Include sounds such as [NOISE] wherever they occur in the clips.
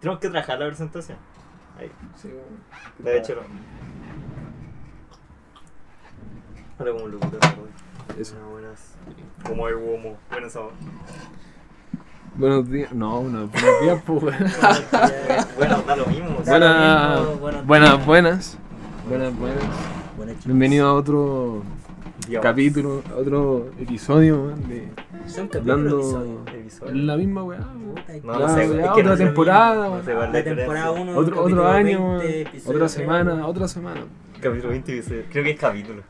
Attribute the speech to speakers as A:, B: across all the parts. A: Tenemos que trabajar la presentación. Ahí.
B: Sí, weón.
A: De hecho, no. Ahora como un locutor. ¿no?
B: Eso.
A: Buenas, buenas. Como el humo. Buenas a
B: Buenos días. No, no, buenos días, pues, weón. [LAUGHS]
A: Bueno, da lo mismo. sí.
B: Buenas,
C: buenos
B: buenas,
C: días.
B: buenas. Buenas, buenas.
C: Buenas, chicos.
B: Bienvenido a otro
A: Dios.
B: capítulo, a otro episodio, weón, de
C: Son
B: Este hablando.
C: capítulos.
A: Episodio.
B: La misma weá, weón.
A: No,
B: Ya,
A: no sé, güey.
B: ya,
A: Es que
B: otra
A: no sé-
B: temporada,
A: no sé
B: güey.
A: cuál
C: La
A: es la
C: temporada
A: diferencia.
C: 1,
B: Otro, otro año, weón. otra semana, otra semana.
A: Capítulo 20, episodio. Creo que es capítulo.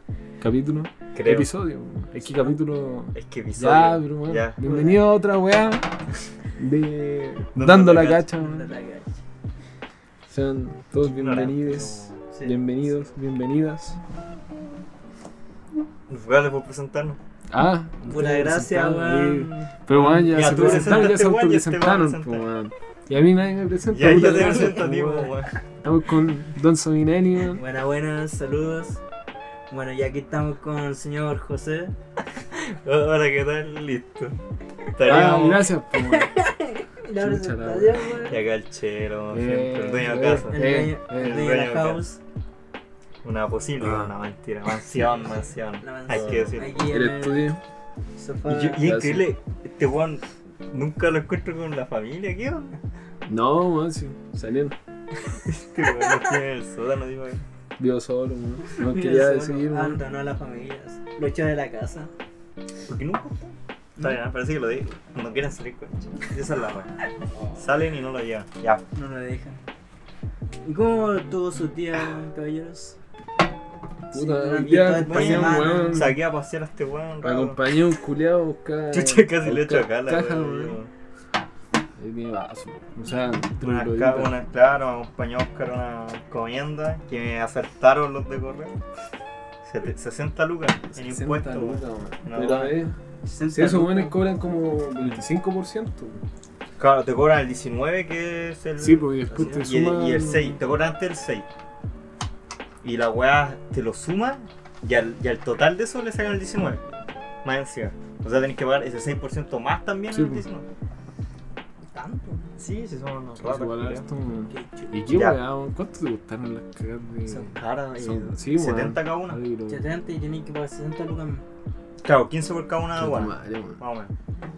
B: Capítulo,
A: Creo.
B: episodio. weón. Es que capítulo.
A: Es que episodio.
B: Ya, pero weón.
A: Ya.
B: Bienvenido a otra weá de.
A: Dando
B: Dando
A: la
B: la
A: cacha.
B: cacha, weón. Sean todos bienvenidos.
C: Sí.
B: Bienvenidos, bienvenidas.
A: Gracias por presentarnos.
B: Ah,
C: Pura gracia,
B: presentaron,
C: weón.
B: sí. Pero weón, ya,
A: Ya
B: se
A: tú
B: presentaron, ya se
A: presentaste, weón, y este va a
B: autopresentaron,
A: presentar.
B: po, weón. Y a mí nadie me presenta.
A: Ya,
B: puta
A: ya te
B: gracia,
A: presento
B: po,
A: a ti, pues,
B: weón.
A: güey.
B: Estamos con Don Sabinelli, weón.
C: Buenas, buenas, saludos. Bueno, y aquí estamos con el señor José.
A: Hola, ¿qué tal? Listo.
B: Ah,
A: Estaríamos.
B: gracias, po,
C: [LAUGHS]
B: weón.
C: La
B: Chucha, la
C: presentación,
A: Y acá el chero, como
B: Eh,
A: siempre. El dueño de la
B: eh.
A: casa.
C: El dueño,
B: Eh, eh,
C: el
A: el
C: dueño de
A: dueño
C: la house.
A: Una posible,
B: Ah.
A: una mentira.
B: [LAUGHS]
A: Mansión, mansión.
C: La mansión.
A: Hay que decir.
C: Aquí en
B: El
C: el
B: estudio.
C: sofá.
A: Y, yo- y es
B: Gracias.
A: increíble, este weón nunca lo encuentro con la familia, ¿qué onda?
B: No, weón, sí. Salieron.
A: Este weón no tiene el sótano, digo. eh.
B: Vivo solo, weón. No
C: Mira,
B: quería
C: solo
B: decidir, weón.
C: Abandonó a la familia. Lo echó de la casa.
A: ¿Por qué nunca está? Está bien, ah, parece que lo digo. No quieren salir con Esa es la weón. Salen y no lo llevan. Ya.
C: No lo dejan. ¿Y cómo tuvo su día, caballeros? Sí,
B: Puta,
C: durante
B: el día
C: toda esta
B: acompañé a un
C: semana.
B: weón.
A: Saqué a pasear a este weón. raro.
B: Acompañé a un culiado a buscar.
A: [LAUGHS] Chucha, casi le
B: a
A: echo
B: buscar
A: a cala,
B: Caja,
A: weón.
B: weón. Ahí tiene vaso, weón. O sea,
A: Unas
B: troglodita.
A: ca- unas- claro, me acompañó a buscar una encomienda que me acertaron los de correo. Sete- 60 lucas en
B: 60
A: impuestos.
B: lucas,
A: weón.
B: weón.
A: No,
B: Pero eh, a
A: weón.
B: ver, si
C: 60
B: esos
C: lucas.
B: weones cobran como 25%. weón.
A: Claro, te cobran el 19 que es el.
B: Sí, porque después te
A: y,
B: suman.
A: el, y el 6, te cobran antes el 6. Y la weá te lo suma y al, y al total de eso le sacan el 19. Más encima. O sea, tenés que pagar ese 6% más también
B: Sí, pues.
A: en el
B: po.
A: 19.
C: ¿Tanto?
A: Sí, sí, son unos
B: Igual
A: ratas.
B: a
A: culiao.
B: esto, weón.
C: Qué chulo.
B: ¿Y qué
A: Ya.
B: weá, weón? ¿Cuánto te gustaron las cagas de.?
C: Son
A: Cara, y
B: Son- sí, weón.
A: 70 cada una.
B: Ay, pero-
C: 70 y tenés que pagar 60 lucas. más.
A: Claro, 15 por cada una de
B: Puta
A: aduana.
B: madre, weón.
A: Más o menos.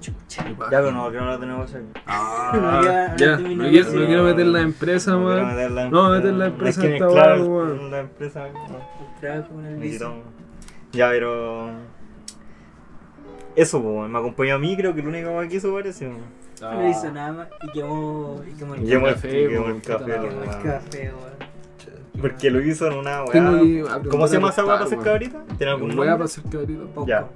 C: Chucha.
B: Qué
A: Ya,
B: paja.
A: pero no, que no la tenemos aquí.
B: Ah,
C: [LAUGHS] No queda-
B: ya,
C: no termina
B: no
C: de
B: quiero,
C: decir.
B: no quiero meter la empresa,
A: No quiero
B: weón.
A: meter la
B: No, meter la empresa
A: No hay que
B: esta
A: mezclar
B: weá, weón.
A: La empresa. no.
C: El trabajo con el vicio.
A: Necesitamos. Ya, pero. Eso, po, me acompañó a mí, creo que el único weá que hizo parece. po.
C: No le hizo nada más y quemó, y quemó el,
A: Ah. Quemó el
B: café,
A: café, quemó
B: weón,
A: el café.
B: puta la
C: quemó el
A: weón.
C: café, weón.
A: Porque lo hizo en una
B: Tengo que
A: weá.
B: aprender
A: ¿Cómo se
B: a
A: llama esa weá para
B: cortar,
A: hacer
B: weón.
A: cabrita? ¿Tiene algún
B: Weá para
A: nombre?
B: hacer cabrito.
C: Poco.
A: Ya.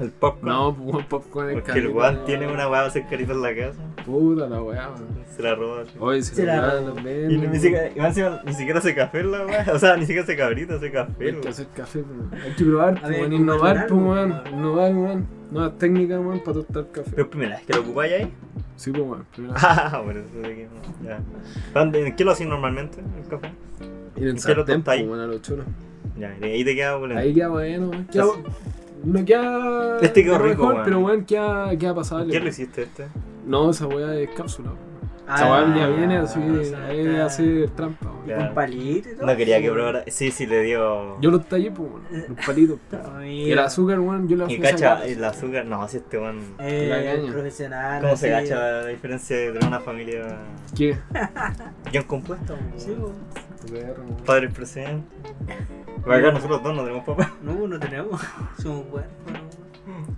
A: El popcorn.
B: No, pues, weón, popcorn es
A: Porque el
B: cabrito,
A: weón
B: weón.
A: tiene una weá para hacer carita en la casa.
B: Puta la weá, weón.
A: Se la roba. así.
B: Hoy se,
C: Se
B: la
C: la
B: dan
C: robó.
B: los
A: Y
B: venden.
A: ni siquiera, y más encima, ni siquiera hace café en la weá. [LAUGHS] O sea, ni siquiera hace cabrita, hace café.
B: Hay que
A: weón.
B: hacer café, pues, weón. Hay que probar,
C: A ver,
B: pues, weón.
C: ¿cómo
B: Innovar,
C: hacer
B: pues,
C: algo?
B: weón. Innovar, weón. Nuevas técnicas, weón, para tostar café.
A: Pero primera vez que lo ocupáis ahí.
B: Sí, pues, weón. primera vez.
A: Ah, bueno, eso de que no, ya. ¿Dónde- ¿En qué lo hacís normalmente el café?
B: Y en el
A: ¿Y qué lo
B: sartén, pues,
A: tostáis?
B: weón, a los choros.
A: Ya, y de ahí te queda bueno.
B: Ahí queda bueno, weón. Queda- No queda.
A: Este quedó
B: lo
A: rico, weón.
B: Pero, weón, queda, queda pasable.
A: ¿Qué lo
B: weón.
A: hiciste este?
B: No, esa weá es cápsula, weón.
C: Ah,
B: Esa weá ya
C: ah,
B: viene así
C: o sea,
B: de
C: está-
B: hacer trampa, weón.
C: Y con palito y todo.
A: No quería que probara. Sí, sí, le dio.
B: Yo los tallé, pues, weón. Los palitos. pues. Y el azúcar, weón, yo la
A: Y
B: fui
A: cacha eh.
B: sacando.
A: el azúcar. No, si este weón.
C: Eh,
B: La caña.
C: profesional.
A: ¿Cómo se
C: así.
A: cacha la diferencia entre una familia
B: ¿Qué?
A: bien compuesta?
C: Sí,
A: weón?
C: weón.
A: Padre el presidente. Pero acá nosotros dos no tenemos papá.
C: No, pues, no tenemos. [LAUGHS] Somos huérfanos. weón.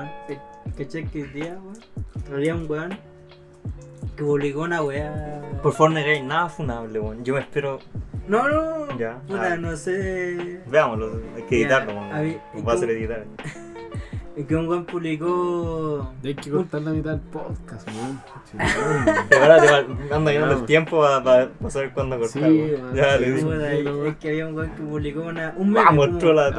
C: Weón, eh, ¿Cachai que el día, weón? Había un weón que publicó una weá.
A: Por favor, no hagáis nada funable, weón. Yo me espero.
C: No, no.
A: Ya,
C: Puta,
A: ah.
C: no sé.
A: Veámoslo, hay que
C: Ya,
A: editarlo,
C: a ver, ¿y
A: weón. Va a ser
C: cómo-
A: editar.
C: Es que un weón publicó.
B: Hay que cortar la mitad del podcast, weón.
A: [LAUGHS] Y ahora te va- anda
B: Ya,
A: ganando
B: weón.
A: el tiempo para, para, saber cuándo cortar.
B: Sí,
A: weón.
B: weón.
A: ya, le
B: Sí,
A: dije.
B: weón.
C: Puta,
B: entiendo,
C: es-
B: weón.
C: es que había un weón que publicó una, un meme.
A: Vamos,
C: como-
A: trola.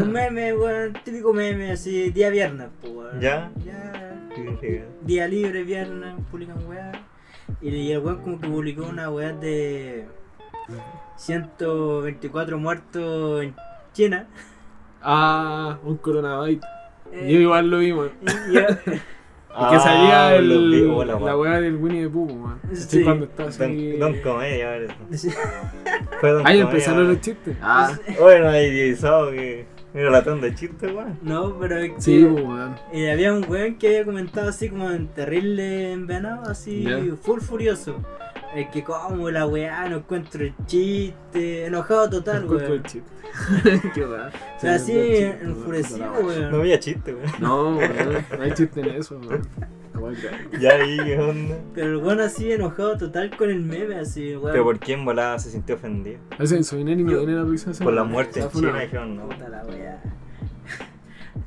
B: No.
C: Un meme, weón. Típico meme, así, día viernes, pues, weón.
A: Ya.
C: Ya. Día libre, viernes, publican weá. Y el weón como que publicó una weá de 124 muertos en China.
B: Ah, un coronavirus.
C: Eh,
B: Yo igual lo vi, weón.
C: y- y-
B: Porque salía el-
A: los Ah, vi- hola,
B: la
A: weón.
B: weá del Winnie the Pooh, weón.
C: Sí.
B: Sí, cuando está así. eh,
A: Don, don Comedia, parece.
C: Sí.
A: Fue Don
B: Ahí
A: Comedia,
B: empezaron los
A: parece.
B: chistes.
D: Ah,
A: Bueno, ahí divisado que. Mira la tanda de chiste, weón.
C: [LAUGHS] No, pero es que
B: Sí, pues, weón.
C: eh, había un weón que había comentado así como en terrible envenenado, así
B: Ya.
C: full furioso. Es que como la weá, no encuentro el chiste, enojado total,
B: Encuentro
C: weón.
B: el
C: [LAUGHS]
B: chip. Qué weón.
C: O
B: Sí,
C: sea, así
B: encuentro el chip,
C: enfurecido,
B: weón.
A: No
C: weón.
A: había chiste, weón.
B: No, weón. No hay chiste en eso, weón. La weá es grave.
A: Ya ahí, ¿qué onda?
C: Pero el weón así enojado total con el meme, así, weón.
A: Pero por quién volaba se sintió ofendido.
B: A veces en Soinari me viene la risa esa
A: Por la
B: weá.
A: muerte
B: Esa
A: en
B: fue una-
A: China dijeron no.
C: Puta la weá. [LAUGHS]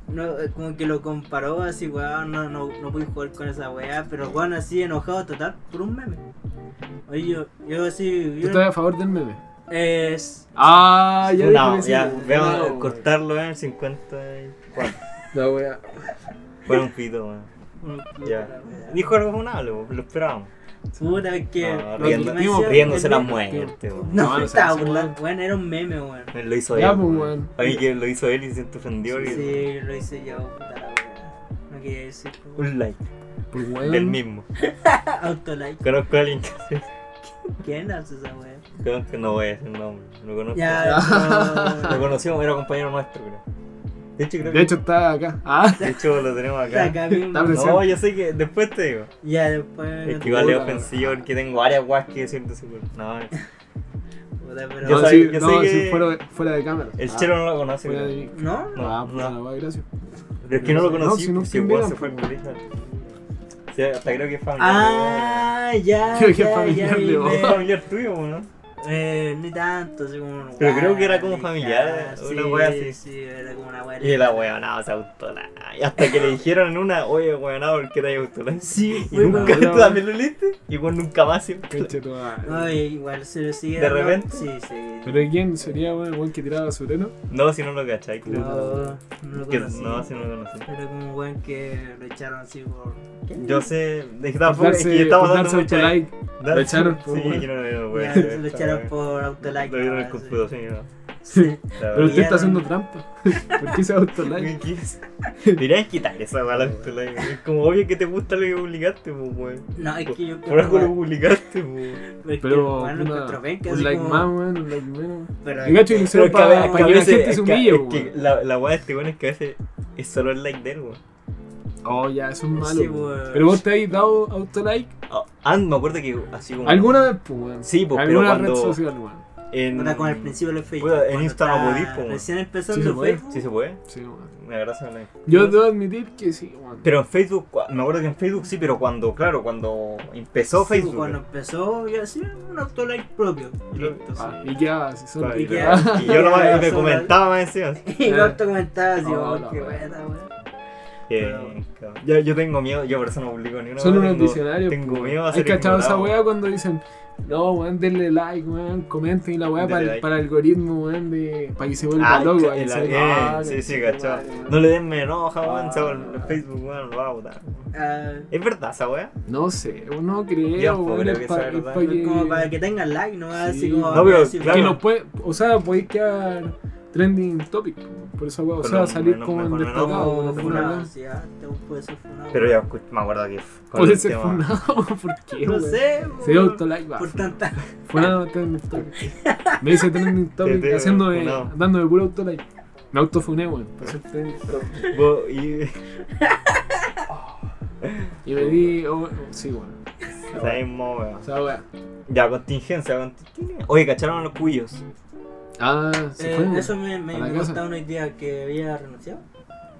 C: No, eh, como que lo comparó así, weón, no, no, no pude jugar con esa weá, pero weón así enojado total por un meme. Oye, yo, yo así,
B: ¿Tú
C: yo,
B: estás a favor del meme?
C: es,
B: Ah, ya
A: No,
B: dije que
A: ya,
B: sí, weón.
A: veamos,
B: No,
A: cortarlo en 54.
B: weón. La weá.
A: Fue un pito, weón.
C: un-
A: Ya.
C: weá.
A: Dijo algo funable, weón, lo esperábamos.
C: Puta, es que.
A: No,
C: lo que
A: riendo-
C: me decía-
A: riéndose
C: el
A: la
C: meme-
A: muerte, weón.
C: No,
B: No, no
C: estaba
B: seas
C: burlando, weón, era un meme, weón.
A: Lo hizo
B: Ya,
A: él.
B: pues,
A: weón.
B: weón.
A: A mí que lo hizo él y se siente ofendido.
C: Sí,
A: y-
C: lo hice yo, puta la weá. No quería decir,
A: Un like
B: Pues, weón.
A: del mismo.
C: Autolike.
A: Conozco a alguien que hace eso.
C: ¿Quién hace esa weá?
A: Conozco, no voy a decir nombre. Lo conozco.
B: [LAUGHS]
C: Ya,
A: Lo
C: no.
A: conocimos, era compañero nuestro, creo. De hecho, creo
B: De hecho, está acá. Ah,
A: que. De hecho, lo tenemos acá.
C: Acá mismo.
B: Está presente.
A: No, yo sé que después te digo.
C: Ya, después.
A: Es que igual es
B: Puta.
A: ofensivo porque tengo varias guas que decir de su cuerpo. No, el
C: Puta, pero-
A: Yo
B: no,
A: sabía-
B: sí,
A: yo
B: no,
A: sé que-
B: sí, fuera, fuera de cámara. Ah,
A: chelo no lo conoce.
B: Fuera de
A: creo.
B: mí.
C: No,
A: No,
B: Ah,
A: no.
B: puta la
A: [LAUGHS]
B: weá, gracias.
A: Pero es que no lo
B: No,
A: conocí,
B: si no
A: si
B: te
A: el weón
B: invitan,
A: se fue en
B: pues,
A: colegio. Sí, hasta creo que es familiar.
C: Ah, ya.
B: Creo que
C: ya,
B: familiar
C: ya,
B: de
C: vi,
A: weón. Es
B: vos.
C: me-
A: familiar tuyo, weón, ¿no?
C: Eh, ni tanto, así como.
A: Pero creo que era
C: guay,
A: como
C: ya,
A: familiar, una
C: sí,
A: wea así.
C: Sí, era como una wea.
A: Y la weonada se autola. Y hasta que le dijeron en una, oye weonado, ¿por qué te hay autola?
C: Sí,
A: Y
C: muy
A: nunca, [LAUGHS]
B: weón.
A: tú también lo leíste. Y vos nunca más siempre.
B: Conche tu madre.
C: No, y igual se lo sigue.
A: ¿De
C: dando-
A: repente?
C: Sí, sí.
B: Pero ¿quién sería, weón, el weón que tiraba basurero?
A: No, si no lo cachai, creo.
C: No, no lo
A: Que-
C: conocí.
A: no, si no lo conocí.
C: Era como un weón que lo echaron así por. ¿Qué?
A: Yo sé, de que tampoco es que
B: Darse
A: estamos dando
B: darse
A: mucha
B: autolike.
A: Darse-
B: Lo echaron,
A: Sí,
B: pues, weón.
A: yo no lo voy a
C: Ya,
A: hacer
C: se lo
A: esta
C: echaron
A: weón.
C: por autolike.
A: Lo vieron en el
C: ahora, sí.
A: computador, [LAUGHS] sí, no.
B: Sí.
A: La
B: Pero
A: verdad.
B: usted está haciendo
C: Vieron.
B: trampa. [LAUGHS] ¿Por qué se autolike?
A: ¿Qué es? [LAUGHS] Deberías quitar esa mala autolike. Es como obvio que te gusta lo que publicaste, pues, weón.
C: No, es que yo.
A: Por algo lo publicaste, pues.
C: Es que
B: Pero
C: el weón lo
B: puta,
C: encuentro penca,
B: un
C: así
B: like
C: como-
B: más, weón, un like menos.
C: Pero-
B: Yo cacho que lo hicieron
A: Pero es que a
B: para,
A: ve-
B: para
A: que
B: que
A: a
B: la
A: veces-
B: gente se
A: es que-
B: humille,
A: es
B: pues,
A: que
B: weón.
A: la, la weá de este weón es que a veces es solo el like de él, weón.
B: Oh, ya, eso es malo.
C: Sí,
B: weón.
C: weón.
B: Pero vos te habéis dado autolike
A: Ah, ah, me acuerdo que así como.
B: alguna vez, pues, weón.
A: Sí, pues, pero
B: Alguna
A: cuando.
B: red social, weón.
A: en-
C: Puta, con el principio de los Facebook.
A: Puta, en
C: cuando
A: Insta no
C: estaba
A: podís, po, weón.
C: Recién
B: Sí
C: empezando
B: se
C: el
B: puede.
C: Facebook.
A: Sí se puede.
B: Sí, weón.
A: Me abrazo en la-
B: Yo debo admitir que sí, weón.
A: Pero en Facebook, cua- me acuerdo que en Facebook sí, pero cuando, claro, cuando empezó
C: Sí,
A: Facebook.
C: Cuando empezó, yo hacía un autolike propio.
A: Y lo-
C: Listo,
B: Ah,
C: sí.
B: y ya, si son
A: claro, y,
C: que- [LAUGHS]
A: yo- y yo nomás me comentaba más encima. así.
C: Y no te comentaba así,
B: Ah,
C: oh,
B: la
C: qué
B: wea.
C: buena, weón.
A: Que- Yo, yo tengo miedo, yo por eso no publico ni una
B: Son
A: wea,
B: unos
A: tengo-
B: diccionarios.
A: Tengo
B: pues,
A: miedo a
B: weón.
A: ser
B: Hay cachado esa
A: ignorado.
B: weá cuando dicen, no, weón, denle like, weón, comenten y la weá
A: Denle
B: para, el-
A: like.
B: para el algoritmo, weón, de, para que se vuelva
A: Ah,
B: loco.
A: el-
B: ahí
A: el-
B: se-
A: eh,
B: ah,
A: sí, sí,
B: conche tu
A: cachado.
B: madre,
A: No
B: weón.
A: le den me enoja, weón,
B: Ah.
A: se va el Facebook, weón, lo va a botar.
C: Ah,
A: ¿Es verdad esa weá?
B: No sé, weón, no creo,
A: Yo tampoco
B: weón,
A: creo
B: es
A: que
B: pa-
A: sea
B: es
A: verdad.
B: pa'
A: Es
B: que-
C: Como para que tengan like, no así
B: Sí.
C: como.
A: No, pero,
C: así,
A: claro.
B: que
C: weón.
B: nos puede, o sea, podéis quedar trending topic, weón, por esa weá, o
A: Con
B: sea,
A: un-
B: salir
A: menos-
B: como en
A: mejor menos,
B: destacado,
A: no,
B: weón,
C: Como
A: no,
B: una
A: no,
B: weá.
C: funado, sí, ah, te puede ser funado.
A: Pero ya escu- me acuerdo que f- con
B: Puede
A: el
B: ser
A: tema-
B: funado, [LAUGHS] ¿por qué,
C: No
B: weón?
C: sé,
B: Se dio
C: weón,
B: autolike, va.
C: Por tanta.
A: [LAUGHS]
B: Funado trending topic. Me hice trending topic
A: Te-
B: haciéndome,
A: funado.
B: dándome puro autolike. Me autofuné, weón, para ser trending topic.
A: Vos- y- [LAUGHS]
B: Y me di. oh, sí, weón.
A: esa misma wea.
B: O sea, weón.
A: Ya, contingencia, contingencia. Oye, cacharon a los cuyos.
B: Ah, se
C: Eh,
B: fue. weón.
C: Eso me, me,
B: Para la
C: me
B: casa.
C: contaba una idea que había renunciado.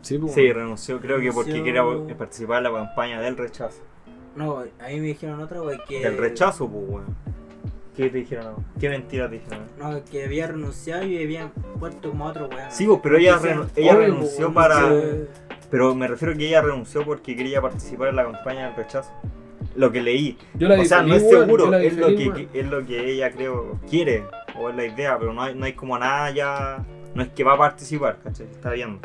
B: Sí, pues.
A: Sí, renunció, creo que porque quería
C: Renunció.
A: vo- participar en la campaña del rechazo.
C: No, a mí me dijeron otra, wey, que.
B: Eh.
A: Del rechazo, pues, weón. ¿Qué te dijeron? ¿Qué mentira te dijeron?
C: No, que había renunciado y habían puesto como a otro weón.
A: Sí, pues, pero ella,
C: Porque
A: renu-
C: sea-
A: ella
B: obvio,
A: renunció
B: pues,
A: para...
C: Sí.
A: Pero me refiero a que ella renunció porque quería participar en la campaña del rechazo. Lo que leí.
B: Yo la
A: o sea,
B: diferí,
A: no es
B: weón, yo
A: seguro,
B: la
A: es lo, que,
B: diferí, weón.
A: es lo que ella creo quiere, o es la idea, pero no hay, no hay como nada ya... No
C: Eh,
A: es que va a participar, ¿cachai? Está viendo.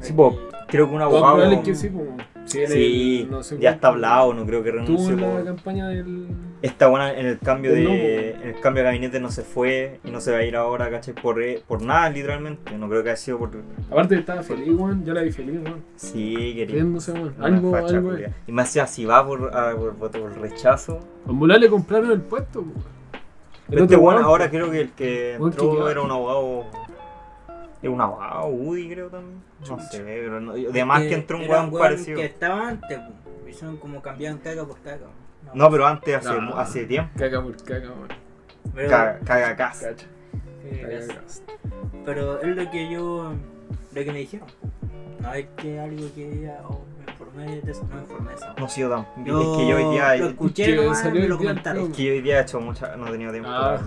A: Sí, pues, creo que un
B: Lo más
A: abogado...
B: probable es que sí, pues. weón. Sí, él-
A: Sí,
B: no sé
A: ya
B: cuánto-
A: está hablado, no creo que
B: Tuvo
A: renuncie.
B: en la
A: por-
B: campaña del.
A: Esta buena en el cambio
B: Del
A: de en el cambio de gabinete no se fue y no se va a ir ahora, ¿cachai? Por, eh, por nada, literalmente. No creo que haya sido por.
B: Aparte estaba feliz, weón. Yo la vi feliz, weón.
A: Sí, querido.
B: Riéndose, weón.
A: Una
B: Algo,
A: facha,
B: algo.
A: culia. Y más allá, si va por, a- por, voto por rechazo.
B: Con volar le compraron el puesto, weón. El
A: Pero este
B: otro
A: bueno,
B: weón,
A: ahora creo que el que
B: Weón, que
A: entró
B: lleva-
A: era un abogado. Era un abogado, Woody creo también. No
B: Chucha. Este
A: sé, pero no- de más que entró un
C: era
A: weón parecido.
C: que estaba antes, po. hicieron como cambiaban caca por caca. po.
A: No, pero antes, hace,
B: No.
A: hace tiempo.
B: Caca por caca, weón.
C: pero,
A: Caga, caga casa.
B: Cacha.
C: eh,
B: Caca,
C: es-
B: caca.
C: pero es lo que yo, lo que me dijeron. No es que algo que diga, oh, me informé de eso, no me informé de eso.
A: No sé, yo tampoco.
C: Yo
A: Es que yo hoy día.
C: lo
A: Es
C: escuché,
B: que
C: nomás,
B: salió
C: me
B: el
C: lo
B: día
C: comentaron.
B: del
A: que yo hoy día he hecho mucha. No he tenido tiempo.
B: Ah.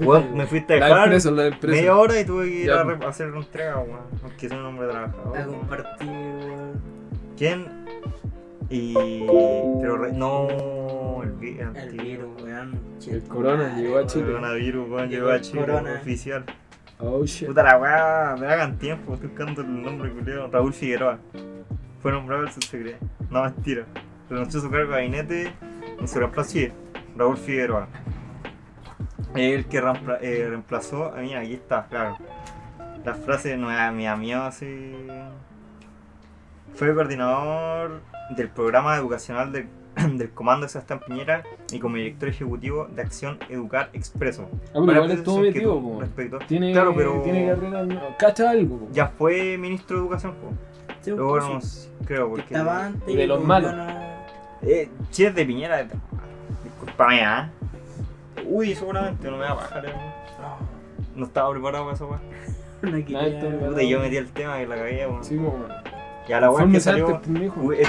A: Weón, me fuiste a
B: La
A: dejar
B: empresa, la empresa.
A: media hora y tuve que ir
B: Ya.
A: a re- a hacer una entrega, weón. Aunque soy un hombre trabajador.
C: A
A: weón.
C: compartir, weón.
A: ¿Quién? Y. Pero re- no. El, vi- el,
C: El
A: antiguo.
C: virus, weón.
B: El corona llegó a
A: El
B: Chile.
A: coronavirus, weón,
C: Llegó
A: llegó a
C: el
A: Chile,
C: corona.
A: oficial.
B: Oh shit.
A: Puta la weá, me hagan tiempo, estoy buscando el nombre culiado. Raúl Figueroa. Fue nombrado el subsecretario. No, mentira. Renunció a su cargo de gabinete en su reemplazo. sí, Raúl Figueroa. El que reempla- eh, reemplazó. Ah, mira, aquí está, claro. La frase no era mi amigo así. Fue coordinador del programa educacional del, [CLEARS THROAT] del Comando de Sebastián Piñera y como director ejecutivo de Acción Educar Expreso.
B: Ah, pero
A: Varias
B: igual estuvo
A: posiciones que
B: metido,
A: tuvo
B: weón.
A: Respecto.
B: Tiene,
A: Claro, pero-
B: tiene carrera. no, Cacha algo, weón.
A: Ya fue ministro de educación, po.
C: Sí,
A: Luego
C: pues,
A: no
C: sí.
A: sé, creo, porque.
C: Estaba antes.
B: de
C: y
B: los
C: lo
B: malos.
C: volvieron a-
A: Eh, si es de Piñera, de- discúlpame, ¿ah? Uy, seguramente no me va a bajar, eh.
C: No, [LAUGHS]
A: No estaba preparado para eso, weón.
C: no quería.
B: Nada, esto no-
A: Puta, y yo metí el tema que la cagué, weón.
B: Sí, weón.
A: Y a la weón que
B: Fórmese
A: salió.
B: antes, pendejo.
A: Uy, [LAUGHS] eh,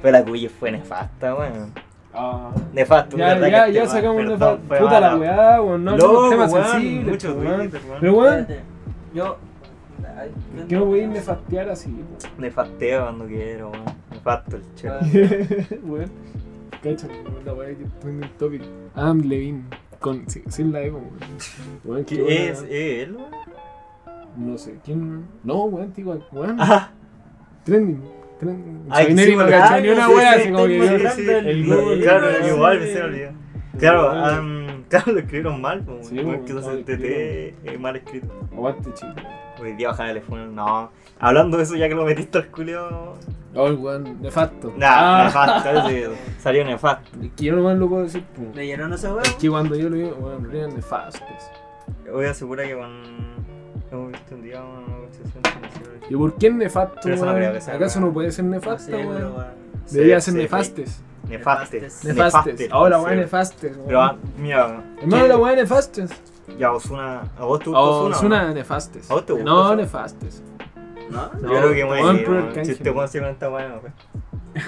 A: Pero la cuya fue nefasta, weón.
B: Ah.
A: Nefasto,
B: Ya,
A: verdad
B: ya,
A: que
B: ya
A: este,
B: sacamos
A: weón,
B: de
A: perdón, fue
B: Puta la
A: mala.
B: weá, weón. No,
A: Loco,
B: son temas
A: weón,
B: sensibles,
A: mucho
B: po, weón.
A: Twitter, weón.
B: Pero weón,
C: Espérate, Yo. Ay,
B: que no voy a irme fastear así, weón.
A: Nefasteo cuando quiero, weón. Nefasto el che.
C: Ah.
B: [LAUGHS] Weón. Cacha, weón, la weá que estoy en el topic. Adam Levine. Con, sin, sin la Evo, weón. Weón, qué buena-
A: ¿Qué es? ¿Es él, weón?
B: No sé, ¿quién? No, weón, tío, weón.
A: Ah,
B: Trending. Trending.
A: Ay,
B: Soy negro,
A: sí,
B: no
A: weón.
B: cachó ni una
A: Sí,
B: weá,
A: sí,
B: así como
A: sí,
B: que.
A: sí, sí.
B: el Google,
A: Claro,
B: weón.
A: igual, me se me olvidó. Claro, ah,
B: Weón.
A: am, [LAUGHS] claro, lo escribieron mal, como
B: Sí,
A: igual
B: po,
A: que
B: lo
A: el TT es mal escrito. mm.
B: Aguante, chico.
A: Hoy día bajar el teléfono, no. Hablando de eso, ya que lo metiste al culio.
B: Oh, el weón, nefasto.
A: Nah,
B: Ah,
A: nefasto,
B: [LAUGHS]
A: ese salió nefasto.
B: es que yo nomás lo puedo decir, po.
C: ¿Leyeron esa hueá?
B: Es que cuando yo lo digo, weón, ríen nefastes.
A: Voy a asegurar que con. Hemos visto un día una conversación con el señor.
B: ¿Y por qué es nefasto,
A: Pero eso no
B: weón?
A: creo que sea,
B: ¿Acaso
A: weón.
B: no puede ser
C: No
B: nefasto,
C: sé, pero,
B: weón?
C: weón.
B: Debería
A: Sí,
B: ser
A: sí,
B: nefastes.
A: Nefastes.
B: Nefastes. Oh, Ahora, weón,
A: sí.
B: nefastes, weón.
A: Pero, ah, mira.
B: Hermano, la weón, nefastes.
A: Ya, Osuna. ¿A vos te gusta
B: Oh,
A: Osuna?
B: es una nefastes.
A: ¿A vos te gusta
B: No,
A: Ozuna?
B: nefastes.
C: ¿No?
A: Yo
B: No,
A: creo que
B: te
A: muy
B: voy a
A: bien.
B: poner
A: weón. Si
B: canje.
A: te pones con esta pues. weón, weón.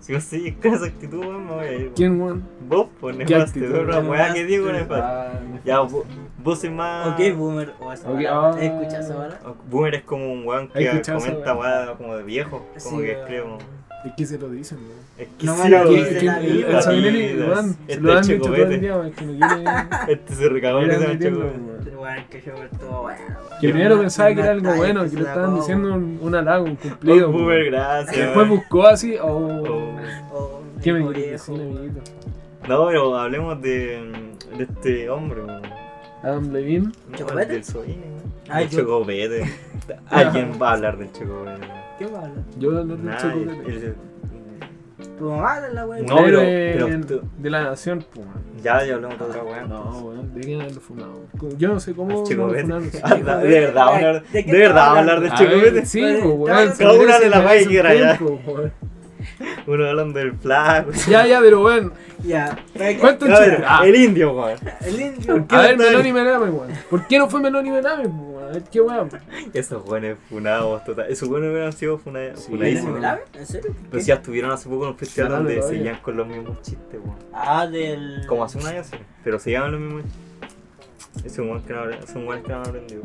A: Si vos sigues [LAUGHS] con esa actitud, weón, me voy a ir. weón.
B: ¿Ah? ¿Quién, weón?
A: Vos, pues
B: ¿Qué
A: nefaste,
B: actitud?
A: la weá que digo nefaste.
B: Ah,
A: Ya, vos, vos sois más.
C: Ok, boomer. O esa
B: Ok,
C: hueá.
B: ah.
C: ¿Te escuchas esa hueá?
A: Boomer es como un weón
B: Hay
A: que
B: escuchado esa
A: comenta
B: weá.
A: weá como de viejo.
C: Sí,
A: Como que
C: weón.
A: escribe como.
B: ¿De qué se lo dicen, weón?
C: No me
A: exquisito,
C: la
A: weón.
C: quise,
B: que
C: la
B: el- el
C: vida.
B: Sabinelli, weón, se lo
A: Este
B: han
A: es
B: dicho todo el
A: chocopete.
B: día, weón, que no quiere-
A: Este se recagó en
B: quiere
A: ese
B: admitirlo,
A: chocopete.
B: weón.
C: Este weón que yo estuvo bueno.
B: Que
C: Yo
B: primero
C: no-
B: pensaba que
C: una
B: era algo
C: talla
B: bueno,
C: que
B: que
C: este se
B: le
C: la
B: estaban
C: acabo.
B: diciendo un, un halago, un cumplido.
A: Oh, Boomer,
B: weón.
A: gracias.
B: Después
A: weón.
B: buscó así, oh,
C: Oh,
B: qué me
C: viejo,
B: decís,
C: weón.
B: amiguito.
A: No, pero hablemos de, de este hombre, weón.
B: Adam Levine,
A: No,
C: ¿Chocopete?
A: Del Soine, weón.
C: Ay,
A: Del
C: yo- [LAUGHS]
A: chocopete. Alguien va a hablar del chocopete.
C: ¿Qué hueá habla?
B: yo voy a hablar del
A: Nadie.
B: chocolate.
A: el-
C: Tu mamá de la hueá.
A: No, pero-
B: Héroe
A: pero
B: en-
A: tú- Ah,
B: de la nación, pues, weón.
A: Ya, ya hablamos de otra weá.
B: No, weón, deberían haberlo fumado. Yo no sé cómo
A: Al
B: no lo
A: Chocopete.
B: funaron.
A: [LAUGHS] Ah,
C: no,
A: De verdad,
C: Ay,
A: hablar-
C: ¿de qué
A: de verdad
C: estaba
A: hablar del
B: A
A: chocopete.
B: ver, Sí,
C: Pero,
B: pues, weón.
C: estaba-
B: se
A: Cada una
B: merece-
A: de la
B: merece
A: que era ya.
B: tiempo, weón.
A: Uno hablando del [LAUGHS] flaco.
B: Ya, ya, pero weón.
C: Ya. ¿sabes qué?
B: ¿Cuánto
A: A ver,
B: chiste? Ah.
A: El indio, weón.
C: El indio.
A: qué
B: A
A: no
B: ver,
A: está
B: Meloni
A: ahí?
B: Bename, weón. ¿Por qué no fue Meloni Bename, weón? A ver, qué weón.
A: Esos buenos funados, total. Esos buenos hubieran sido funa-
B: Sí,
A: funadísimos.
B: weón.
C: ¿En serio? ¿Qué?
A: Pero si ya estuvieron hace poco en un festival
B: Claro,
A: donde
B: todavía.
A: seguían con los mismos chistes, weón.
C: Ah, del.
A: Como hace un año sí, pero seguían los mismos chistes. Es un buen que no habrá- son buenos que no han aprendido.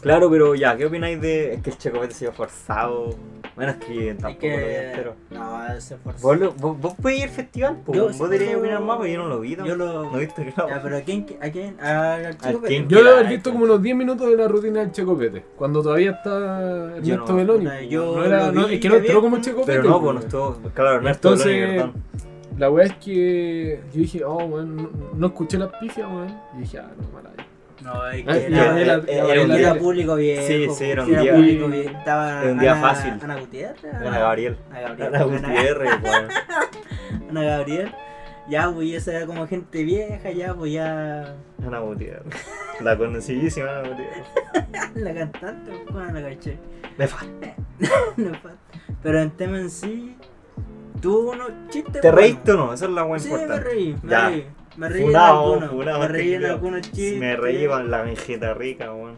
A: Claro, pero ya, ¿qué opináis de. Es que el chocopete se vio forzado. Bueno, es que tampoco
C: que-
A: lo vi entero.
C: No, se esforzó.
A: Vos, lo- vos, vos podés ir al festival, po,
C: Yo-
A: vos
C: yo-
A: deberías opinar más, porque yo no lo vi.
C: Yo
A: tampoco.
C: lo.
A: No viste claro.
C: Ya, pero ¿a quién? ¿A quién? Al chico
A: quién?
C: Pérez.
B: Yo lo he visto como unos 10 minutos de la rutina del Checopete, cuando todavía está
A: Yo
B: Ernesto
A: no,
B: Beloni.
C: puta, yo
B: no era,
C: lo
B: no,
C: vi,
B: es que no
C: había
B: entró como
C: un-
B: Checopete.
A: Pero no,
B: pues,
A: pues no estuvo. Claro, Ernesto
B: Entonces-
A: Loni, perdón.
B: La wea es que yo dije, oh, weón, no, no escuché las pifias, weón. Y dije, ah, no, mala. idea.
C: No, es
B: Ah,
C: que
A: ya,
C: era,
A: era-
C: era,
A: era un
C: era
A: día-
C: público bien.
A: Sí, sí, era un
B: día-
C: público bien. Estaba
A: era un día
C: Ana-
A: fácil.
C: Ana Gutiérrez.
A: Ana Gabriel.
C: Ana ah, Gabriel.
A: Ana Gutiérrez, weón.
C: Ana Gabriel. Ya, pues esa era como gente vieja, ya, pues ya.
A: Ana Gutiérrez. La conocidísima Ana Gutiérrez.
C: La cantante, pues bueno, la caché.
A: Me falta.
C: No falta. Pero en tema en sí, tuvo unos chistes.
A: ¿Te
C: buenos.
A: reíste o no? Esa es la buena
C: Sí, me
A: importante.
C: reí, me
A: Ya.
C: reí. Me reí en
A: Funado,
C: algunos.
A: funado,
C: me
A: te
C: reí en
A: creo.
C: algunos chistes.
A: Me reí con la vejeta rica,
C: [LAUGHS]
A: weón.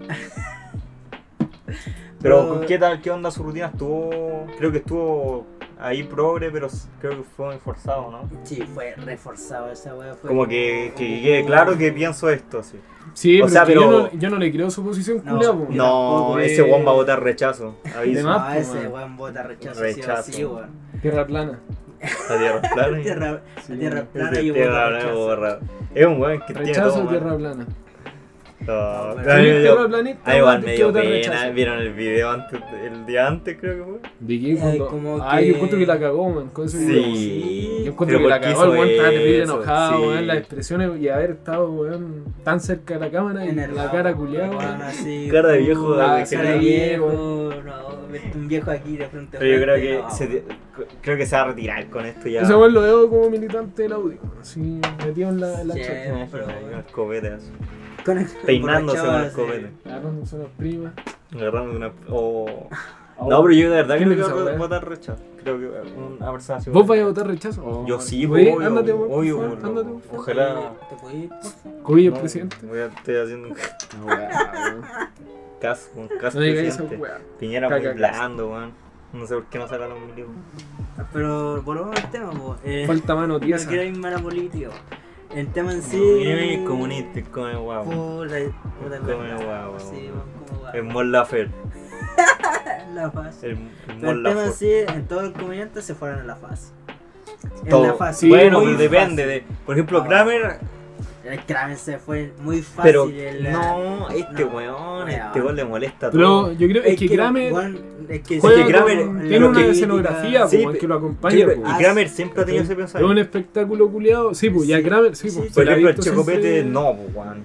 A: Pero, ¿qué tal? ¿Qué onda su rutina? Estuvo. Creo que estuvo ahí progre, pero s- creo que fue muy forzado, ¿no?
C: Sí, fue reforzado esa wea. Fue
A: Como que, que quede claro que pienso esto, sí.
B: Sí,
A: O
B: pero,
A: sea,
B: es que
A: pero-
B: Yo, no, yo no le creo su posición,
C: No,
B: culiao, po.
C: Yo tampoco,
A: No, ese
B: eh.
A: weón va a votar rechazo.
B: De
A: Aviso.
B: más.
C: No,
B: po,
C: Ah, ese
B: man.
C: weón bota rechazo,
A: Rechazo.
C: sí o sí, weón. Este
B: Tierra plana.
A: La
B: [LAUGHS]
A: tierra plana.
C: Tierra,
B: Sí.
C: la tierra plana
A: Ese
C: y
A: tierra
C: bota
A: plana,
C: rechazo.
A: Este borra. Es un weón que tiene todo.
B: Rechazo,
A: mal.
B: tierra plana.
A: No,
C: Sí,
A: claro, yo-
B: tierra planista.
A: Ah, igual
B: weón,
A: me
B: ¿qué
A: dio
B: otra
A: pena.
B: rechazo?
A: Vieron el video antes, el día antes, creo que fue.
B: ¿De qué?
C: Eh,
B: Cuando...
C: como
B: ah,
C: que-
B: yo encuentro que la cagó, man. Con ese video.
A: Sí.
B: Yo
A: Pero
B: encuentro que la
A: ¿por qué
B: cagó, el
A: hizo
B: weón estaba terrible
A: eso?
B: enojado,
A: Sí.
B: weón. Las expresiones y haber estado, weón, tan cerca de la cámara y
C: Enervado,
B: la cara culiada,
C: weón,
B: weón.
C: así,
A: Cara de viejo,
C: puta,
B: de que
C: cara de
B: no-
C: viejo, no, vete un viejo aquí de frente a
A: Pero yo creo
C: frente,
A: que
C: no,
A: se,
C: weón.
A: creo que se va a retirar con esto ya.
B: Ese weón lo veo como militante del audio, weón, así metido en la, en la
C: Sí.
B: chocha.
A: Imagina,
C: pero-
A: Eh, con el copete así,
C: Con el-
A: Peinándose con el
C: borrachado,
A: copete.
B: Agarrando son las primas.
A: Agarrando una.
B: [LAUGHS]
A: o-
B: Ahora,
A: No, pero yo de verdad
B: ¿Qué
A: creo
B: le
A: que
B: pasa,
A: voy a
B: weón?
A: votar rechazo. Creo que una persona así.
B: ¿Vos vais a votar rechazo? Oh,
A: Yo sí,
B: güey,
A: obvio,
B: ándate, weón, por
A: obvio,
B: favor,
A: boludo.
B: ándate, por favor.
C: sí.
A: Ojalá-
C: ¿Te podí?
B: Cuyo
A: No,
B: presidente.
A: [LAUGHS] Voy a estoy haciendo un
B: No, weá,
A: caso, un caso
B: no digas eso,
A: presidente. [LAUGHS]
B: weá.
A: Piñera muy
B: Caca,
A: blando, weón. No sé por qué no sacaron un libro.
C: Pero volvamos al tema, po. Eh,
B: Falta mano
C: no
B: tiesa.
C: quiero irme a la política, po. El tema en sí.
A: Sí. comunista, come guau.
C: Puta, puta,
A: Come
C: verdad.
A: guau,
C: Sí,
A: weón.
C: weón, como guau.
A: El Mon Lafer.
C: La fase.
A: El
C: Pero
A: Mon
C: el tema
A: Lafer.
C: en sí, en todos los comediantes se fueron a la fase. En
A: Todo.
C: la fase.
B: Sí,
A: bueno,
C: muy
A: pero depende.
C: fácil.
A: De, por ejemplo,
C: Ah.
A: Kramer.
C: El Kramer se fue muy fácil.
A: Pero.
C: el, ah,
A: No, este
C: no,
A: weón,
C: weón.
A: este weón le molesta todo.
B: Pero yo creo es que Kramer
C: weón, es que,
B: juega
A: es que Kramer-
B: con-
A: pero
B: tiene una
A: que-
B: escenografía
A: Sí,
B: po, weón,
A: pe-
B: que lo acompaña.
A: Creo-
B: po.
A: y Kramer siempre ha tenido ese
B: Es un
A: pensamiento.
B: espectáculo culiado. Sí, pues ya
C: Sí,
B: Kramer, sí,
C: sí,
B: pues.
C: sí.
A: Por
B: se la ha
A: ejemplo, el
B: visto
A: Chocopete
B: siempre-
A: no, pues, weón.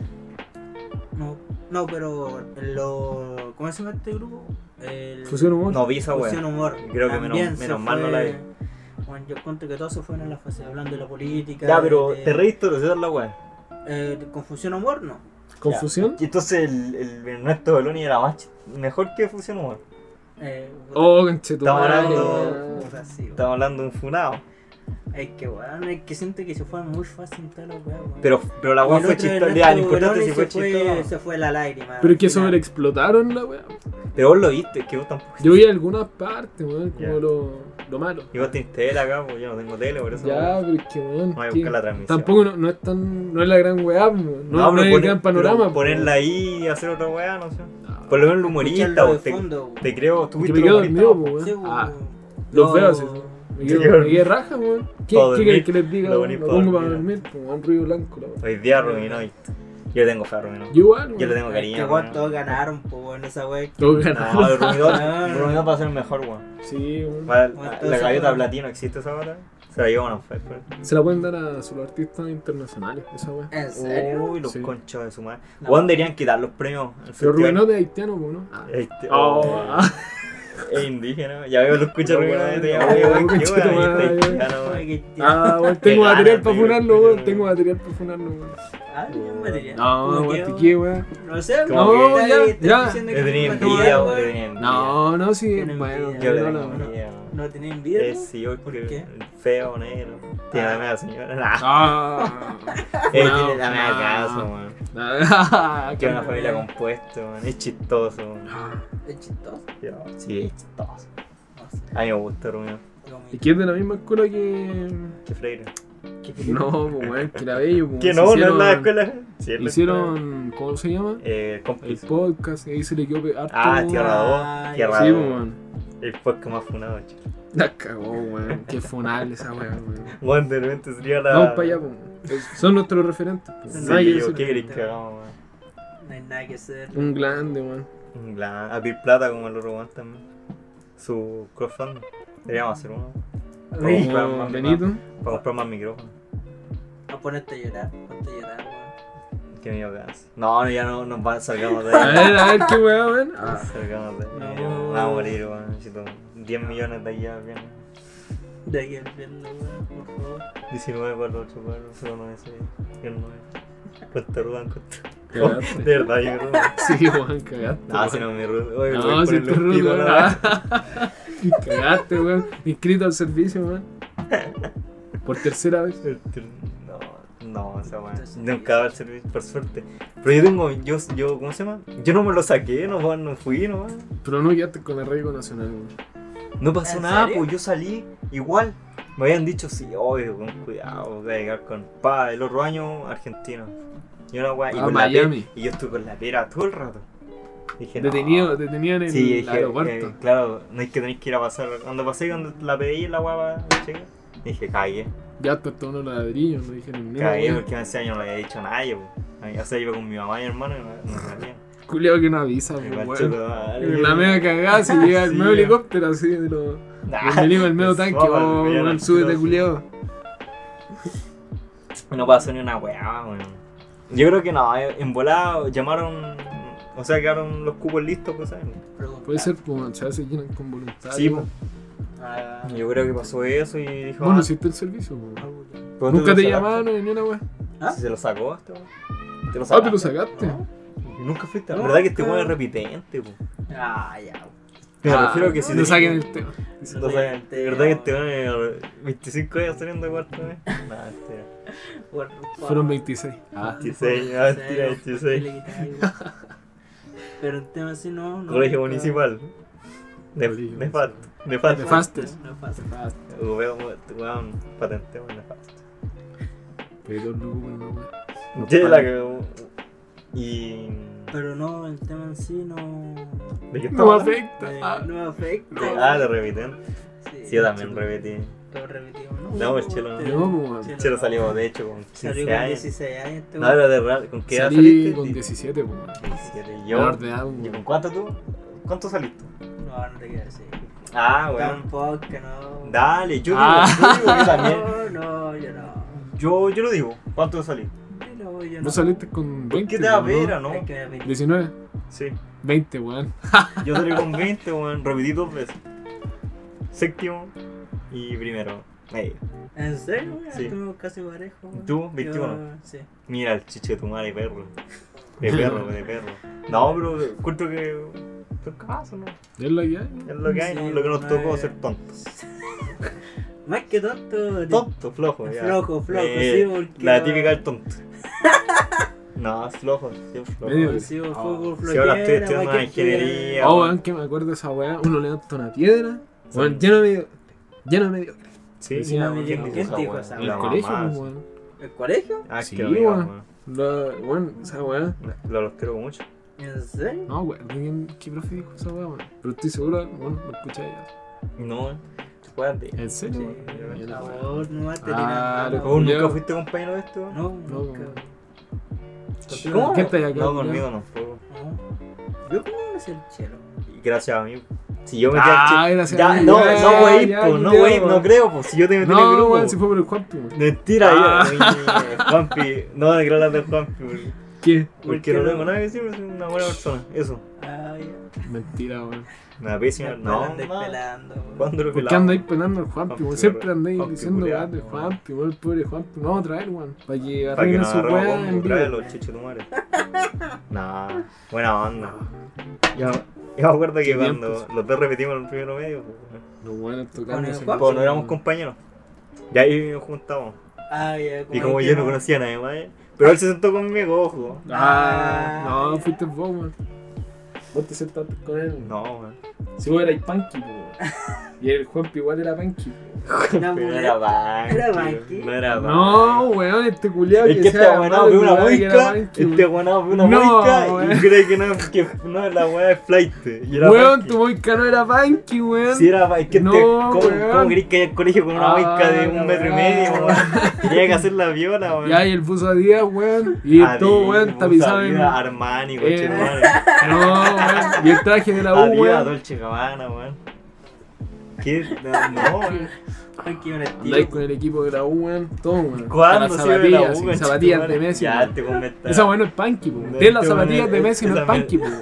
C: No, no, pero. Lo, ¿Cómo se llama este grupo? El,
B: Fusión humor.
A: No vi esa
C: Fusión
A: weón.
C: humor.
A: Creo que menos-
C: También se
A: menos mal no la vi.
C: Bueno, yo cuento que todos se fueron a la fase hablando de la política.
A: Ya, pero
C: de-
A: te reíste de hacer la weón.
C: Eh, con Fusión humor, no.
B: ¿Confusión?
A: Y entonces el, el Ernesto Beloni era más ch- mejor que Fusión Humor.
C: Eh,
B: Oh, conchetumare,
A: Estamos
B: weón.
A: hablando-
C: puta, sí, weón.
A: Estamos hablando de un funado.
C: Es que weón, es que siento que se fue muy fácil toda la weá, weón.
A: Pero, pero la
C: Y el
A: weón fue
C: otro
A: chistosa.
C: Ernesto
A: Ya, lo importante
C: Boroni
A: si fue
C: se fue,
A: chistosa.
C: se fue la lágrima.
B: Pero es
C: al
B: que
C: final.
B: sobreexplotaron la weá.
A: Pero vos lo viste, es que vos tampoco.
B: Yo vi algunas partes, weón, como
A: Ya.
B: lo, lo malo.
A: Y vos tenés tele acá, pues yo no tengo tele, por eso.
B: Ya, pero es que, weón.
A: No voy a
B: que-
A: buscar la transmisión.
B: Tampoco no, no es tan. No es la gran weá, weón. no, no,
A: pero
B: es el
A: poner-
B: gran panorama.
A: pero Ponerla
B: weón.
A: ahí y hacer otra weá, no sé.
B: No.
A: Por lo menos el humorista,
C: Escucharlo de
A: o te,
C: fondo, weón.
A: te creo,
B: Que
A: tuviste
B: me
A: el
B: quedo
A: humorista.
B: dormido, po,
C: Sí,
B: weón.
C: weón.
B: Ah,
C: No,
B: los veo así.
A: Te [LAUGHS]
B: Me quedo,
A: quedo
B: me quedo raja, weón. ¿Qué,
A: Todo
B: qué
A: dormir.
B: querés que les diga?
A: Lo
B: Lo,
A: bonito
B: lo pongo para
A: dormir.
B: dormir, po, un ruido blanco, la weá.
A: Hoy día Rubinoy. Yo le tengo fe a Rubinoy.
B: Yo igual,
A: Yo le
B: weón.
A: tengo
C: Es que
A: cariño.
C: weón,
A: weón.
C: todos ganaron, po, weón, esa weá.
B: Todo ganado.
A: No, el
C: [LAUGHS]
A: Rubinoy
C: No.
A: Rubinoy va a ser el mejor, weón.
B: Sí, weón.
A: Va-
C: Bueno,
A: La
C: entonces,
A: galleta
C: weón.
A: platino existe esa hora. Se la llevan a un fe,
B: Se la pueden dar a sus artistas internacionales, esa
A: Eh,
B: weá.
C: ¿En serio?
A: Uy, los
B: Sí.
A: conchos Oh. de su madre.
C: No.
A: Juan deberían quitar los premios. al
B: Pero
A: festival.
B: Rubinot es haitiano, po, ¿no? Ah.
A: Este-
B: Oh, [LAUGHS] ah.
A: Es indígena. Ya veo, lo escucha
B: No,
A: Rubino de
B: weón,
A: te
B: no,
A: weón. Qué
B: weón, conchito,
A: weón.
B: madre,
A: está
B: weón.
A: indígena,
C: Oye,
A: weón.
C: que tío.
B: Ah, weón, tengo material
A: ganas,
B: para
A: tío,
B: funarlo,
A: pero-
B: weón. Tengo material para funarlo, weón.
C: Ah, yo me diría.
B: No,
C: Como
B: weón,
C: que,
B: te qué, weón.
C: No sé,
A: Como
C: weón,
B: que-
C: está ahí,
B: Ya,
C: está
B: ya.
C: diciendo que
A: Le tenía
C: es
A: envidia,
C: material,
A: weón. le
C: weón.
A: tenía envidia.
B: No, no, sí,
C: Tiene
B: bueno.
C: envidia.
A: Yo le
B: no,
A: tengo
B: no, no.
A: envidia, weón.
C: No tenía envidia.
A: Es sí, porque
C: ¿Por qué?
A: el feo, negro. Tiene la media señora. Nah,
B: Ah,
A: eh,
B: no,
A: tiene la media
B: no.
A: casa, weón.
B: Ah,
A: Tiene una
B: claro.
A: familia compuesta, weón. Es chistoso, weón.
B: Ah.
C: Es chistoso.
A: Sí, es chistoso.
C: No sé,
A: A mí me gusta, Rubino.
C: como-
B: Y que es de la misma escuela que.
A: Qué freire.
C: ¿Qué película?
B: No, pues, weón, que era bello. pues,
A: Que
B: se
A: no, no es
B: hicieron-
A: la escuela. Sí, es la escuela.
B: Hicieron, ¿cómo se llama?
A: Eh,
B: El
A: cómplice.
B: podcast, y ahí se le quedó pe- harto.
A: Ah, Tierra
C: Ah,
A: 2. Tierra
B: Sí,
A: 2.
B: pues, weón.
A: El podcast más funado, chico.
B: La cagó, weón. Qué fonal esa weá, weón.
A: Bueno, de repente sería la.
B: Vamos para allá, pues. Son nuestros referentes. pues.
A: Sí,
C: No, yo
A: yo,
C: soy-
A: ¿qué crees que hagamos, weón?
C: No hay nada que hacer.
B: Un grande, weón.
A: La, a Bill Plata como el otro weón también. Su crowdfunding. Deberíamos hacer uno.
C: Uy,
A: Sí, claro,
B: Como
A: más-
B: Benito.
A: Para comprar más micrófonos.
C: A ponerte a llorar, ponte a llorar, weón.
A: Que me dio gas. No, ya no nos va, salgamos de
B: A
A: ahí.
B: ver, a ver qué weá, weón. Ah,
A: Salgamos de ahí.
C: No.
A: Vamos a morir, weón. Necesito 10 millones de allá, bien.
C: De aquí al viernes, weón, por favor.
A: 19, 4, 8, 4, 0, 9, 6, 9. Cuesta ruda, cuesta. Oh,
B: cagaste.
A: [LAUGHS] De verdad, yo creo.
B: [LAUGHS] Sí, weón, cagaste.
A: No, si no me rudo. Oye, voy
B: No,
A: a
B: si
A: ponerle
B: tú
A: un pico,
B: rudo.
A: no. [LAUGHS]
B: Cagaste, weón. [LAUGHS] Inscrito al servicio, weón. Por tercera vez.
A: No, no, esa weá. Nunca va al servicio, por suerte. Pero yo tengo, yo, yo, ¿cómo se llama? Yo no me lo saqué, no, weón, no fui, no, weón.
B: Pero no quedaste con el arraigo nacional, weón.
A: No pasó
C: ¿En
A: nada,
C: serio?
A: pues yo salí igual. Me habían dicho, sí, obvio, con cuidado, voy a llegar con pa, el otro año argentino. Y una weá, y,
B: Ah,
A: con la
B: Miami.
A: pe- y yo estuve con la pera todo el rato. Dije, no.
B: Detenido, detenido en el
A: Sí, dije,
B: aeropuerto.
A: eh, claro, no es que tenéis que ir a pasar. Cuando pasé, cuando la pedí, la weá llega. Dije, cagué,
B: Ya costó unos ladrillos, no dijeron nada.
A: cagué,
B: weón.
A: porque hace años no le había dicho a nadie, pues. O sea, iba con mi mamá y mi hermano y no- no sabía.
B: Culeado que no avisa,
A: Me
B: weón.
A: manchó la madre.
B: La mega cagada se llega el
A: Sí,
B: medio
A: weón.
B: helicóptero así de los.
A: [LAUGHS] Nah,
B: Bienvenido al medio
A: eso,
B: tanque,
A: weón,
B: oh,
A: ya
B: weón,
A: no-
B: súbete,
A: no-
B: culiado.
A: No pasó ni una weá, weón. Yo creo que no, eh, en volada llamaron. O sea, quedaron los cupos listos, pues, ¿sabes?
C: Pregunta.
B: Puede ser, pues, weón, se llenan con voluntad.
A: Sí, pues,
B: weón.
C: Ah,
A: Yo creo que pasó eso y dijo.
B: Bueno,
A: ah,
B: hiciste el servicio, weón.
C: ah, weón.
A: pero tú
B: Nunca
A: lo
B: te
A: sacaste.
B: llamaron ni una weón.
C: ¿Ah?
A: Si se lo sacó este weón. Te lo
B: Ah,
A: sacaste.
B: te lo sacaste.
C: ¿No?
A: Nunca fuiste. La
C: No,
A: verdad que este
C: nunca.
A: weón es repitente, po.
C: Ah, ya.
A: Me
B: Ah,
A: refiero que si
B: No
A: te-
B: saquen el tema.
A: si lo sacan. De verdad que este weón es 25 años saliendo de cuarto, ¿eh? Nah, mentira.
C: Por- por-
B: Fueron 26. Ah.
A: 26, ah, mentira,
C: Cero,
A: 26.
C: le quitáis, weón. Pero un tema así no. no
A: Colegio
C: nunca-
A: municipal. De,
B: Colegio
A: nefasto.
C: No
A: Nefasto.
C: es
B: Nefasto.
C: fácil, No es fácil.
A: Weón, weón, patentemos nefasto.
B: Pero no, weón, no, weón. Los
A: Ya la
B: panes.
A: cagó. Y.
C: Pero no, el tema en sí no.
A: ¿De qué estamos
B: No me
A: hablando?
B: afecta.
C: eh,
B: Ah.
C: No me afecta.
A: Ah, lo repiten.
C: Sí,
A: Sí, yo también repetí.
C: Lo repetimos. No,
A: No, el chelo no.
C: te-
B: No, weón.
C: Chelo
A: Se lo
C: no.
A: salió, de hecho, con
C: Salió
A: 15
C: con
A: años.
C: 16 años. este
A: No,
C: weón.
A: era de verdad. ¿Con qué edad
B: Salí
A: saliste?
B: con pues,
A: Di-
B: 17, weón.
A: 17.
B: La
A: Yo.
B: ordenada, weón.
A: ¿Y con cuánto tú? ¿Cuánto saliste?
C: No, no te quiero decir.
A: Ah, weón.
C: Tampoco, no.
A: Dale, yo digo,
B: Ah.
A: yo digo yo también.
C: [LAUGHS] No, no, yo no.
A: Yo, yo lo digo. ¿Cuánto salí?
C: Yo no, yo no.
B: No saliste con pues, 20.
A: ¿Por qué te da
B: weón,
A: vera,
C: Es
A: no?
C: que me pedí.
B: 19,
A: Sí.
B: 20, weón.
A: Yo salí con 20, weón. Repetí dos veces. Séptimo y primero. Ahí.
C: ¿En serio? weón?
A: Sí.
C: Estuvimos casi parejo. weón.
A: ¿Tú? 21.
C: Yo- Sí.
A: Mira el chiche de tu madre, perro. De perro, de perro. No, pero cuento que. Pues caso, ¿no?
B: Es la que hay.
A: Es lo que hay, ¿no? lo que nos tocó ser tontos.
C: Más que tonto.
A: Tonto, flojo, ya.
C: Flojo, flojo,
A: Eh,
C: sí, porque.
A: La típica del tonto. No, es flojo, sí, es flojo.
B: Medio.
C: Sí, fue
A: Oh,
C: por
A: si ahora estoy
C: flojera,
A: estudiando
C: weón,
A: una
C: que estuviera-
A: ingeniería.
B: Oh, weón, que me acuerdo de esa weá. Uno levanta una piedra.
A: Sí.
B: Weón, lleno medio. Lleno medio.
A: Sí,
B: Sí, no,
A: ¿quién dijo
B: no,
C: ¿quién dijo
A: esa
C: esa
A: weá?
B: En
A: La
B: el colegio,
A: mamá,
B: pues, weón.
C: ¿El colegio?
A: Ah,
B: Sí,
A: que lo diga,
B: weón.
A: weón.
B: La- Weón, esa weá.
A: Lo los quiero mucho.
C: ¿En serio?
B: No, weón, ¿quién, ¿qué profe dijo esa weá, weón? Pero estoy seguro, weón, lo escuché ya.
A: No, acuérdate.
B: ¿En serio,
C: Sí,
B: weón?
A: yo
B: Mira,
C: Por
B: weón.
C: favor, no más te
B: Ah,
C: tiran.
A: ¿Vos nunca
B: Yo-
A: fuiste compañero de esto? weón?
C: No,
B: No,
C: nunca.
B: weón.
A: ¿Contigo?
B: ¿Cómo? ¿Quién está ahí acá,
A: No,
B: weón?
A: conmigo no. fue, weón.
C: No. Yo como no sé el chelo.
A: Y gracias a mí. Si yo me
B: Ah, gracias a
A: ya,
B: mí,
A: no,
B: ya,
A: no, wey,
B: ya,
A: po,
B: ya,
A: no,
B: ya,
A: wey,
B: weón.
A: no creo, pues si yo te metí en el
B: No,
A: grupo.
B: weón, si fue por el cuarto, weón.
A: Mentira,
B: Ah.
A: ya, oye, Juanpi, no me creas de Juanpi, porque,
B: ¿Qué?
A: porque no tengo nada que decir, pero soy una buena persona, eso.
C: Ah, ya.
B: Mentira, weón.
A: Una pésima,
C: Me
A: no,
C: andan despelando, weón.
A: ¿Cuándo lo
B: ¿Por qué
A: pelamos?
B: andáis penando al Juanpi, weón?
A: Juanpi,
B: Siempre
A: weón.
B: andáis
A: Juanpi,
B: diciendo
A: culiao,
B: weón del
A: weón.
B: Juanpi, weón, el pobre Juanpi. No, traer, weón. Para
A: Para
B: que
A: que
B: arreglen
A: nos
B: su
A: agarramos
B: weá en
A: con
B: vivo.
A: los
C: [LAUGHS]
A: chichetumares. Nah, buena onda.
B: Ah,
A: Yo, yo me acuerdo que
B: Qué bien,
A: cuando los dos repetimos en el primero medio, pues, weón,
B: Los weones tocando.
C: el
B: esa
C: Juanpi.
A: pues,
B: canción,
A: no éramos
B: weón.
A: compañeros. Y ahí nos juntamos.
C: Ah, ya.
A: Y como yo no conocía a nadie más, eh, pero él se sentó conmigo, ojo.
B: Ah,
C: Ah,
B: no,
C: ya.
B: fuiste vos, weón. Vos te sentaste con él.
A: No, weón.
B: Si vos erais punky, po, weón. Y el Juanpi igual era punky, po.
C: La
A: Pero era
C: muleta.
A: Banqui.
C: Era
A: weón.
C: Banqui.
A: No era Banqui.
B: No, weón, este culiado
A: Es que este guanado ve una muisca, este
B: Este
A: guanado ve una
B: No,
A: muisca y
B: weón.
A: [LAUGHS] cree que no, que no la weá es flight. Y era
B: Weón,
A: Banqui.
B: tu muisca no era Banky, weón.
A: Si era Banqui, es que
B: No,
A: este, ¿cómo,
B: weón.
A: ¿cómo querés que haya al colegio con una
B: Ah,
A: muisca de
B: la
A: un metro y
B: weá.
A: medio, weón? Tenía que hacer la viola, weón.
B: Ya, y el puso a Díaz, weón. Y
A: Ah,
B: todo, weón, tapizado en.
A: Adidas, Armani, coche,
B: Eh, [LAUGHS] No, weón. Y el traje de la U,
A: Adidas,
B: weón.
A: Dolce Gabbana, weón. ¿Qué? No, no, weón.
C: Banqui era el
B: Andáis
C: [LAUGHS] tío.
B: con el equipo de la U, weón. Todo, weón.
A: ¿Cuándo
B: Hasta
A: se
B: las
A: ve la
B: zapatillas,
A: U,
B: sí,
A: conche,
B: zapatillas
A: madre?
B: de Messi.
A: Ya,
B: weón.
A: te comentaré.
B: Esa weón no es Panky, weón.
A: No,
B: Tiene las
A: este weón
B: zapatillas de
A: es-
B: Messi, no es
A: esa [LAUGHS]
B: Panky, weón.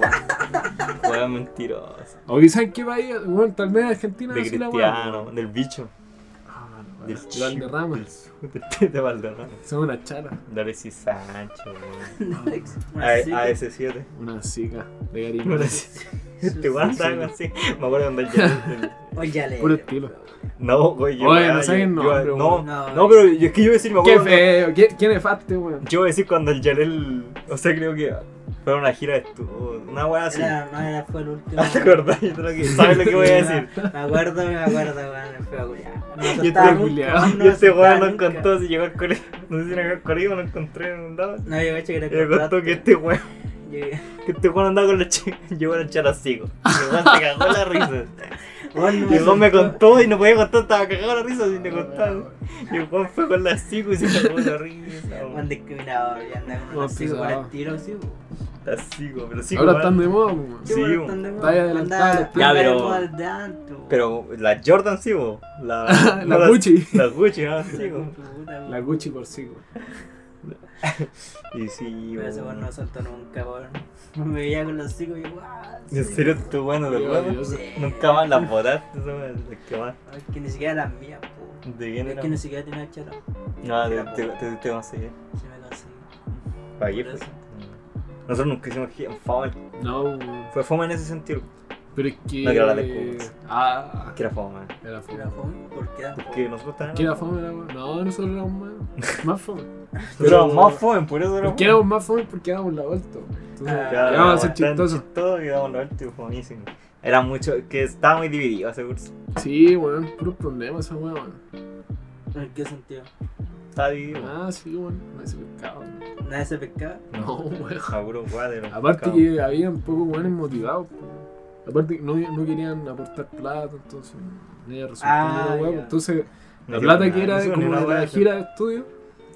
A: Weón mentiroso.
B: O quizás en qué país, weón, tal vez Argentina
A: De
B: sí la Ah, weón.
A: Cristiano, del bicho. Del
B: Del
A: Chico,
B: Valderrama.
A: del Sur, De Valderrama.
B: Son una chala,
A: De Alexis Sancho, weón.
B: Pues
C: Una
A: A- e,
C: seca.
A: [LAUGHS] AS7.
B: una siga de
A: No
B: cariño.
A: le Este weón
B: sí,
A: estaba
B: sí.
A: así. Me acuerdo cuando
B: [LAUGHS]
A: yo.
C: Oye, Ale.
B: Puro estilo.
A: No, güey. yo-
B: Oye, no
A: yo-
B: saquen
A: yo-
B: nombre,
A: No,
B: weón.
A: no, pero yo- es que yo iba a decir, me
B: Qué
A: acuerdo. cuando-
B: feo, qué, qué nefaste, weón.
A: Yo voy a decir cuando el Yarel, o sea, creo que fue una gira de estu- una weá así.
C: Era, no, era, fue el último.
A: Ah, [LAUGHS] ¿Te acordás? Yo creo que sabes lo que voy a decir.
C: Me acuerdo, me acuerdo, weón. Fue a culiar. No
A: te
C: soltaba nunca,
B: culiaba.
C: weón,
A: Yo este
C: soltaba
A: weón nos
C: nunca.
A: contó si llegó al colegio. [LAUGHS] No sé si llegó al colegio, lo encontré en un lado.
C: No, yo caché que
A: Y
C: era
A: me contó
C: contrato.
A: que este weón,
C: Llegué-
A: que este weón andaba con los chicos. [LAUGHS] Llegó a echar así. güey. Y el weón se cagó la risa.
C: Weón, Oh, no
A: Y el weón me
C: soltó.
A: contó y no podía contar, estaba cagado la risa sin le contar. Y el weón fue con la cico y se cagó la risa.
C: Un
A: güey.
C: discriminador, ya anda con
B: Weón,
C: así con
B: pesado.
C: el tiro, sí. weón.
A: La cico, pero cico.
B: Ahora
A: weón.
B: están de moda, weón.
A: Sí,
C: Qué bueno,
A: weón.
C: tan de moda.
B: Está ahí adelantado
C: Anda-
B: los
A: Ya,
C: anda de
A: pero-
C: moda al tanto, weón.
A: Pero la Jordan sí, bo. La,
B: [LAUGHS] La
A: las-
B: Gucci.
A: La Gucci, ah, sí, bo.
C: Puta, weón.
B: La Gucci por sí, weón.
A: Y sí,
C: Pero ese
A: bo.
C: weón no saltó nunca, weón. [LAUGHS] Me veía con los chicos y guau.
A: En serio, tú bueno de
B: Qué
A: nuevo.
B: valioso.
A: Nunca más las botaste, esa wea, las que más.
C: Ay, que ni siquiera las mías, po.
A: ¿De quién
C: Es
A: era?
C: que ni siquiera tenía chela.
A: No, te,
C: era
A: te,
C: po.
A: te, te conseguí.
C: Se me conseguí.
A: Pa' qué
C: Por
B: pues.
A: fue.
C: eso.
A: Nosotros nunca hicimos gira, fome.
B: No, weón.
A: Fue fome en ese sentido.
B: Pero es que.
A: No, que era la de Cubas.
B: Ah,
A: Que era fome.
B: era
C: Pero
B: fome.
C: fue ¿por qué?
A: Porque nosotros estábamos.
B: ¿Qué era fome, era, weón? No, nosotros éramos
A: [LAUGHS]
B: más, más fome.
A: Pero éramos más fome, por eso
B: ¿Por
A: éramos.
B: qué éramos más fome? Porque éramos la vuelta, weón. Entonces,
C: Ah,
A: Claro,
B: ya vamos a ser
A: éramos tan
B: chistosos.
A: chistosos y dábamos la vuelta y fomísimo. Era mucho, que estaba muy dividido ese curso.
B: Sí, weón, puros problemas esa weón, weón.
C: ¿En qué sentido?
A: Estaba dividido.
B: Ah, sí, weón. Me hace pescado, weón.
C: ¿Nadie se pescaba?
B: No, weón.
A: Seguro, weón.
B: Aparte que había un poco buenos motivados. po. Aparte que no, no querían aportar plata, entonces no había resultado
C: Ah,
B: nada, weón.
C: ya.
B: Entonces, la plata que era como de la gira de estudio,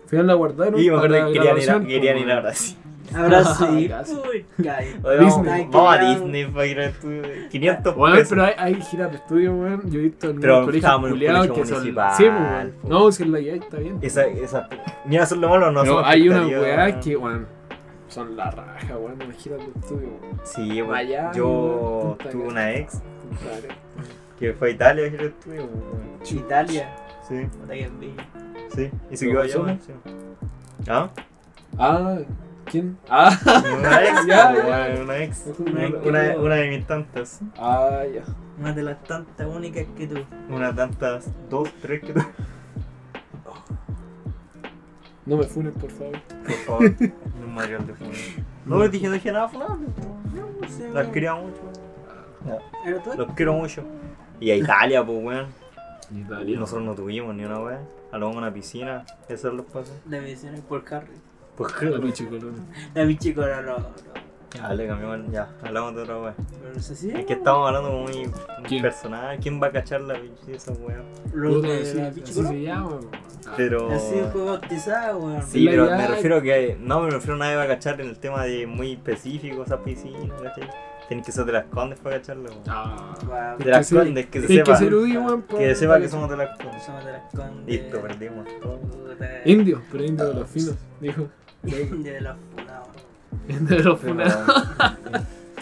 B: al final la guardaron.
A: Y me acuerdo
B: para
A: que querían ir a,
B: grabación, po,
A: querían ir
B: weón.
A: a Brasil. [LAUGHS]
C: Ahora
B: Ah,
C: sí.
B: casi.
C: Uy, caí.
A: Oye, vamos-
B: Disney.
A: Vamos a
C: Ay, qué
A: Disney para ir a estudio. 500
B: Weón,
A: pesos.
B: pero hay, hay giras de estudio, weón. Yo he visto en
A: Pero
B: algunos colegios
A: estábamos en un
B: culiados
A: colegio
B: que son. Sí,
A: municipal,
B: po, weón.
A: po.
B: No, si en la IA está bien.
A: Esa, esa. Mira, eso es lo malo, no
B: pero
A: hacemos
B: hay una
A: expectativa.
B: weá que, weón, son la raja, weón, las giras de estudio, weón.
A: Sí, weón.
B: Miami, weón,
A: yo
B: Punta
A: tuve
B: Cana.
A: una ex
B: Puta, weón.
A: que fue a Italia a gira de estudio. weón.
C: Italia.
A: Sí,
C: Puta que envidia.
A: sí. Y se quedó
B: ¿Pero pasó,
A: allá, weón. sí. ¿Ah?
B: Ah, ¿quién? Ah, [LAUGHS]
A: Una ex,
B: Ya,
A: weón, una ex.
C: Una ex.
A: Una, una de mis tantas.
B: ah, ya.
C: Una de las tantas únicas que tú.
A: Una tantas, dos, tres que tuve.
B: No me funen, por favor.
A: Por
B: [LAUGHS]
A: favor, un material de fútbol. No, les dije, no dije nada funable.
B: pues.
C: No, no sé.
A: Las
C: weón.
A: quería mucho.
C: ¿Era tú?
A: Los quiero mucho. Y a Italia, pues, weón.
B: Italia.
A: Nosotros no tuvimos ni una weá. A lo mejor una piscina. Esos los pasos.
C: La medición por Harry.
A: Pues
B: La
A: creo.
B: Luchi Colón.
C: La bichi no, no, no.
A: Ya, le cambiamos. Ya, hablamos de otra weá.
C: Pero no sé si.
A: Es que estamos hablando muy
B: ¿Quién?
A: personal. ¿Quién va a cachar la bici de esas weá?
C: Los
B: Puta,
C: de
B: así,
C: la
B: así se llama, weón.
A: Pero.
C: Así fue bautizado, weón.
A: Sí,
B: la
A: pero
B: ya-
A: me refiero que. No, me refiero a nadie va a cachar en el tema de muy específico esas piscinas, ¿cachai? Tienen que ser de las condes para cacharla, weón.
B: Ah.
C: Guau,
A: De las
B: que ser-
A: condes, que se
B: Tienes
A: sepa.
B: que ser Udi, weón. pa-
A: Que sepa que somos de las
C: weón,
A: condes.
C: somos de las condes.
A: Listo,
B: [LAUGHS]
A: perdimos todo.
C: Puta,
B: Indio, pero indio de los finos, dijo.
C: Indio de los funados.
B: [LAUGHS] Indio de los
A: Pero,
B: funados.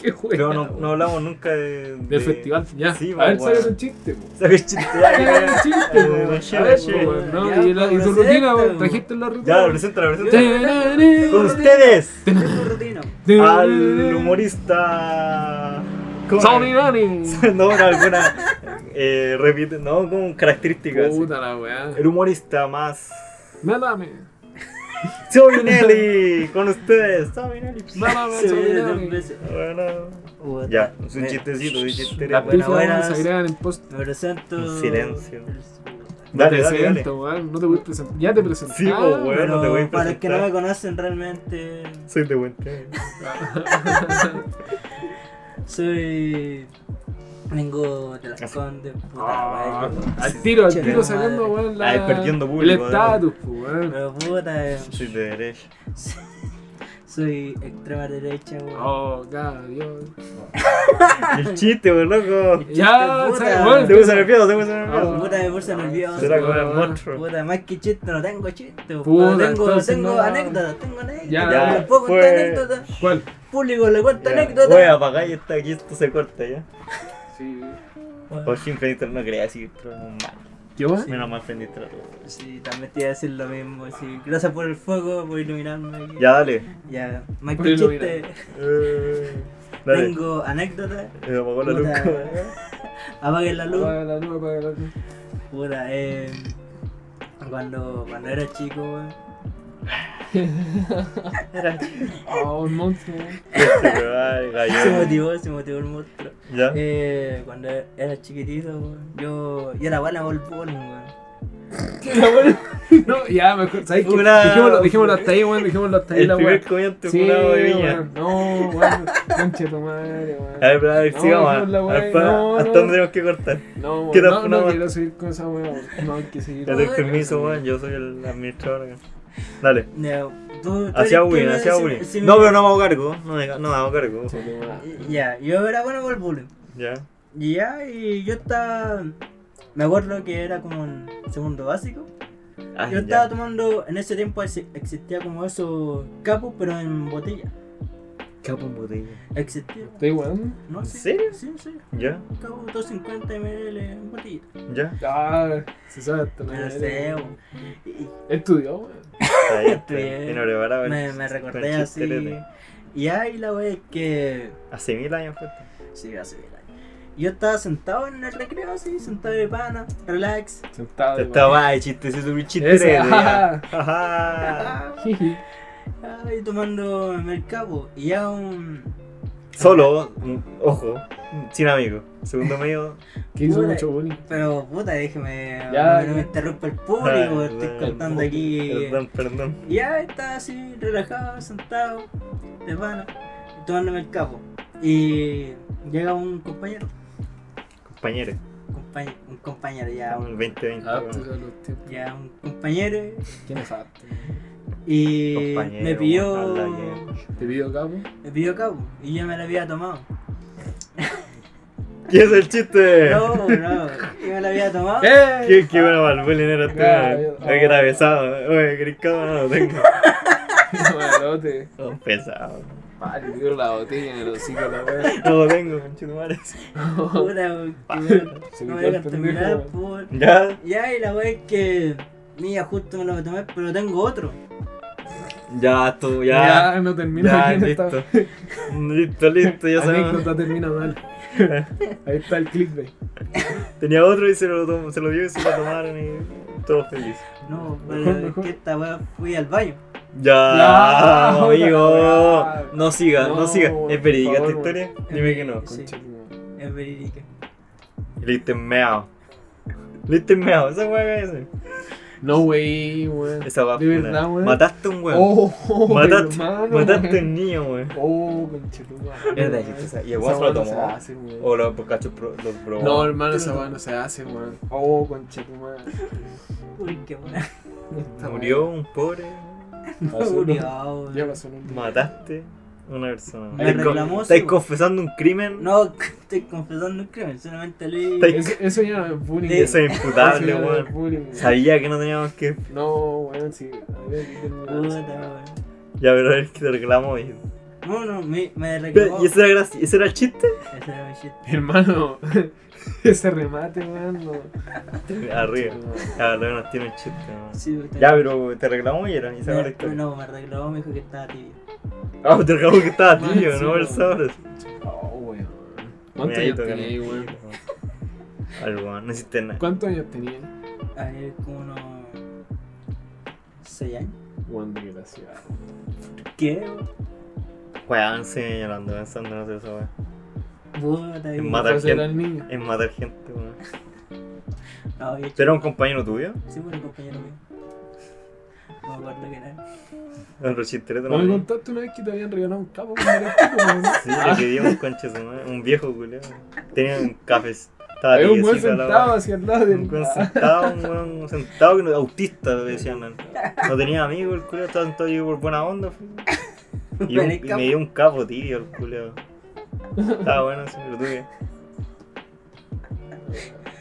B: Qué weón.
A: pero no, no hablamos nunca de.
B: Del
A: de- [LAUGHS]
B: festival, ya.
A: Sí,
B: a ver,
A: weón.
B: sácate un chiste, weón.
A: ¿Sabes
B: [LAUGHS]
A: chiste?
B: Sácate un chiste,
A: Eh,
B: weón.
A: che,
B: A ver,
A: che.
B: po, weón, ¿no?
C: Ya,
B: Y la- y
C: po,
B: tu
C: receta,
B: rutina,
C: weón.
B: weón. Trajiste la
A: Ya,
B: rutina.
A: lo presento, lo presento.
C: Ya.
B: Tararara.
A: Con ustedes,
C: Tengo un rutino.
A: al humorista. ¿Cómo
B: Sony
A: era?
B: Dani.
A: [LAUGHS] No, era alguna. Eh, repite, no, con características. así.
B: Puta la weá.
A: El humorista más.
B: Málame.
A: Sobinelli, con ustedes. Sobinelli.
B: Málame,
C: Se viene
B: Sony
C: dos
B: Dani.
C: veces.
A: Bueno,
C: Puta.
A: ya, es un
C: Me-
A: chistecito, un chiste.
B: Las
C: Buenas,
B: pifas weón,
C: buenas.
B: se agregan en post.
C: Me presento.
A: Un silencio.
C: El-
A: Dale, dale, dale.
B: presento, weón. No te voy a presentar. Ya te presenté.
A: Sí, po, weón. Bueno, te voy a
C: Pero para los que no
A: presentar.
C: me conocen realmente,
A: Soy de buen tema.
C: soy. Vengo de las
A: Así.
C: condes, puta,
B: Ah,
C: weón.
B: al tiro, al
C: Che,
B: tiro
C: madre.
B: sacando, weón, la.
A: Ahí perdiendo
B: El
A: público,
B: estatus, po, weón.
C: Pero puta, eh,
A: Soy de derecha.
C: soy extrema derecha, weón.
B: Oh, cada Dios.
A: El chiste, weón, loco.
B: Ya,
C: puta.
B: ¿sabes? Weón,
A: Te puse nervioso, te puse
B: Oh,
A: nervioso.
C: Puta, me puse nervioso.
A: Será como el
B: weón.
A: monstruo.
C: Puta, más que chiste, no tengo chiste.
B: Puta,
C: weón. tengo
B: entonces
C: tengo
B: no.
C: anécdotas, tengo anécdotas.
B: Ya,
C: Ya,
A: Ya,
C: ¿Les puedo contar
A: fue-
C: anécdotas?
B: ¿Cuál?
C: Público, le cuento
A: Ya,
C: anécdotas.
A: Voy a apagar y está aquí, esto se corta ya.
B: Sí.
C: Bueno,
A: Por fin Predator no quería decir, pero mal.
B: ¿Qué weón?
A: Menos mal Predator. weón.
C: Sí, también te iba a decir lo mismo. Sí, gracias por el fuego, por iluminarme. aquí.
A: Ya, dale.
C: Ya, más
B: Por
C: que chiste,
B: iluminarme.
A: Eh, Dale.
C: tengo anécdotas.
A: Eh, apagó la luz.
C: Puta. [LAUGHS] Apaguen la luz.
B: Apaga la luz, apaga
A: [LAUGHS]
B: la luz.
C: Puta, eh. Cuando, cuando era chico, weón.
B: Oh, un monstruo,
A: [LAUGHS]
B: weón.
A: Este, Ay,
C: Se
A: gallo.
C: motivó, se motivó el monstruo.
A: Ya.
C: Eh, cuando era chiquitito, weón, yo, yo era buena por el bowling, weón.
B: No, ya, mejor. ¿Sabes qué?
A: Una-
B: Dejémoslo, dejémoslo hasta ahí, weón. Dejémoslo hasta ahí,
A: El
B: la weón.
A: primer comediante
B: Sí,
A: funado de Viña.
B: weón. No, weón. Concha tu madre, weón.
A: A ver, pero a ver,
B: No,
A: sigamos. a-
B: no, la
A: a ver,
B: wea,
A: pa-
B: no,
A: ¿Hasta
B: no.
A: dónde tenemos que cortar? [LAUGHS]
B: No,
A: ¿Qué
B: weón. No,
A: tal,
B: no
A: no?
B: quiero seguir con esa weón. No hay que seguir.
A: Ya
C: Te
A: doy
C: Ay,
A: permiso, weón. Yo soy el administrador. acá. Dale.
C: Ya, tú- tú
A: Hacia
C: eres
A: Win,
C: que-
A: hacia
C: si-
A: Win.
C: si
A: No,
C: me-
A: pero no me hago cargo. No me, no me hago cargo.
B: Concha tu madre.
C: Ya, yo era bueno por el bowling.
A: Ya.
C: Y ya, y yo estaba. Me acuerdo que era como en segundo básico.
A: Ah, ya.
C: yo estaba tomando. En ese tiempo ex- existía como esos capos, pero en botella.
A: Capo en botella.
C: Existía.
B: ¿Estoy weón?
C: ¿No?
A: ¿En
C: Sí,
A: serio?
C: Sí, sí.
A: Ya,
C: Capos 250 ml en botella.
A: ya.
B: Ah, se sabe hasta la
C: No
B: madre,
C: sé,
B: weón.
C: y- y-
B: Estudió, weón.
A: Ahí está.
C: Estoy bien.
A: En Orevara, weón.
C: me, me
A: Con
C: recordé
A: chiste,
C: así.
A: tete.
C: Y ahí la wea es que.
A: Hace mil años fue. esto.
C: Sí, hace mil años. Yo estaba sentado en el recreo, así, sentado de pana, relax.
B: Sentado.
A: Ya Estaba de chiste, ese es un chiste.
B: Ese,
A: de-
B: ajá.
A: Ajá.
C: Ah,
B: weón.
C: ahí tomando el cabo. Y ya un.
A: [LAUGHS] Solo, mm, ojo, sin amigo. Segundo [LAUGHS] medio.
B: Que hizo
C: Puta.
B: mucho bullying.
C: Pero puta, déjeme.
B: Ya,
C: no,
B: ya.
C: me interrumpa el
A: Ah,
C: público, estoy
A: bueno,
C: contando aquí.
A: Perdón, perdón.
C: Y ya estaba así, relajado, sentado, de pana, tomándome el cabo. Y llega un compañero.
A: Compañero,
C: compañ- un compañero ya,
A: estamos en
C: un,
A: el 2020.
B: Apto
A: weón.
B: a los tiempos.
C: ya un compañero
B: ¿Quién es apto?
C: y
A: Compañero,
C: me pidió
A: habla bien.
B: ¿Te pido cabo?
C: me pidió cabo y yo me lo había tomado.
A: ¿Qué es el chiste?
C: No, no, yo me lo había tomado.
B: ¡Eh!
A: Qué,
B: [LAUGHS]
A: qué bueno, Valbuena era tú.
B: Ah,
A: weón.
B: yo-
A: Oye, que era pesado. Oye, griscado no lo [LAUGHS] tengo.
B: Malote.
A: Oh, pesado.
B: Pa, le dio la botella en el hocico a la
C: [LAUGHS]
B: wea.
A: No lo tengo, [LAUGHS] conchetumare.
C: Puta,
A: Pa.
C: que me-
B: [LAUGHS] Se quitó
C: no me
B: el
C: dejan terminar,
B: pendejo.
C: por.
A: ¿Ya?
C: Ya, y la wea es que. Mira, justo me lo tomé, pero tengo otro.
A: Ya, tú, ya.
B: [LAUGHS] Ya, no termina
A: Ya,
B: bien esta-
A: listo. [LAUGHS] Listo, listo, ya sabemos.
B: Anécdota
A: [LAUGHS]
B: termina mal. Ahí está el clickbait.
A: Tenía otro y se lo, tom- se lo dio y se lo tomaron y todos felices.
C: No, pero
B: Mejor,
C: es
B: mejor.
C: que esta wea fui al baño.
A: Ya,
B: Ya,
A: amigo.
B: ahora,
A: No siga, no,
B: No,
A: siga.
B: por
A: ¿Es verídica esta
B: favor,
A: historia? Dime que no.
C: Sí.
B: Concha tu madre.
C: Es verídica.
A: Listo, meao. Listo, meao. Esa weá que hace.
B: No, wey, weón.
A: Esa va a
B: De verdad,
A: funar.
B: weón.
A: Mataste a un weón.
B: Oh, [LAUGHS]
A: mataste,
B: hermano,
A: mataste a
B: weón.
A: un niño, weón.
B: Oh, conchetumare.
A: Verdad, dijiste esa- y el
B: Esa
A: weón se lo
B: weá no
A: tomó.
B: se hace, weón.
A: O los cachos pro- los probó.
B: No, hermano, esa weá no se hace, weón. Oh, conchetumare.
C: Uy, qué buena.
A: Ah,
C: [LAUGHS]
B: Esta
A: Murió un pobre.
B: weá.
C: Murió, wea.
B: Ya pasó un
A: Mataste a una persona.
C: Me
A: Estáis co-
C: reclamó,
A: estáis
C: sí,
A: confesando un crimen.
C: No, estoy confesando un crimen, solamente leí.
A: Está-
B: Eso, eso ya no es bullying.
A: Eso es
B: [LAUGHS] Eso
A: imputable,
B: ya no
A: weón.
B: es bullying.
A: Sabía que no teníamos que.
B: No, weón, sí. A ver, aquí tengo una-
C: Puta, wea.
A: Ya, pero es que te reclamó. Y...
C: No, no, me, me
A: Pero,
C: reclamó.
A: ¿Y ese era, gracia- ese era el chiste?
C: Ese era mi chiste.
B: Hermano, [LAUGHS] ese remate, weón. no.
A: Arriba. Ya, verdad nos tiene un chiste, weón.
C: Sí, usted-
A: Ya, pero te reclamó y era. Y se acabó la
C: me,
A: historia.
C: no, me reclamó, me dijo que estaba tibio.
A: Ah, te reclamó que estaba
B: Más
A: tío, no
B: encima,
A: el sabor.
B: Oh, weón.
A: Me
B: ¿Cuántos
A: ahí
B: años
A: tocan el
B: tenía, weón?
A: pico. Algo, weón, no hiciste nada.
B: ¿Cuántos años tenía?
C: A ver, como unos. 6 años.
B: Weón, desgraciado.
C: ¿Qué?
A: Weón, sí, yo lo ando pensando, no sé eso, weón.
C: Puta,
A: En
C: y-
A: Matar
B: Entonces
A: gente.
B: era el niño.
A: Es matar gente, weón.
C: No, yo
A: ¿Era un compañero tuyo?
C: Sí, fue un compañero mío. [LAUGHS] No me acuerdo que era.
A: El rechistero de
B: No me contaste una vez que te habían regalado un capo cuando eras chico, weón. Ah,
A: Sí, le pedí un concha de su madre, un viejo culiao. Tenía un café. Estaba
B: Había un buen
A: tibiecito a la
B: sentado
A: hora.
B: hacia el lado
A: Un
B: del.
A: buen sentado, un
B: [LAUGHS]
A: buen sentado que no- autista le decían. man. No tenía amigos el culiao, estaba sentado yo por buena onda.
B: [LAUGHS]
A: fui. Y, un-
C: Pero el
A: y
C: capo-
A: me dio un capo tibio el culiao. Estaba bueno, sí, lo tuve.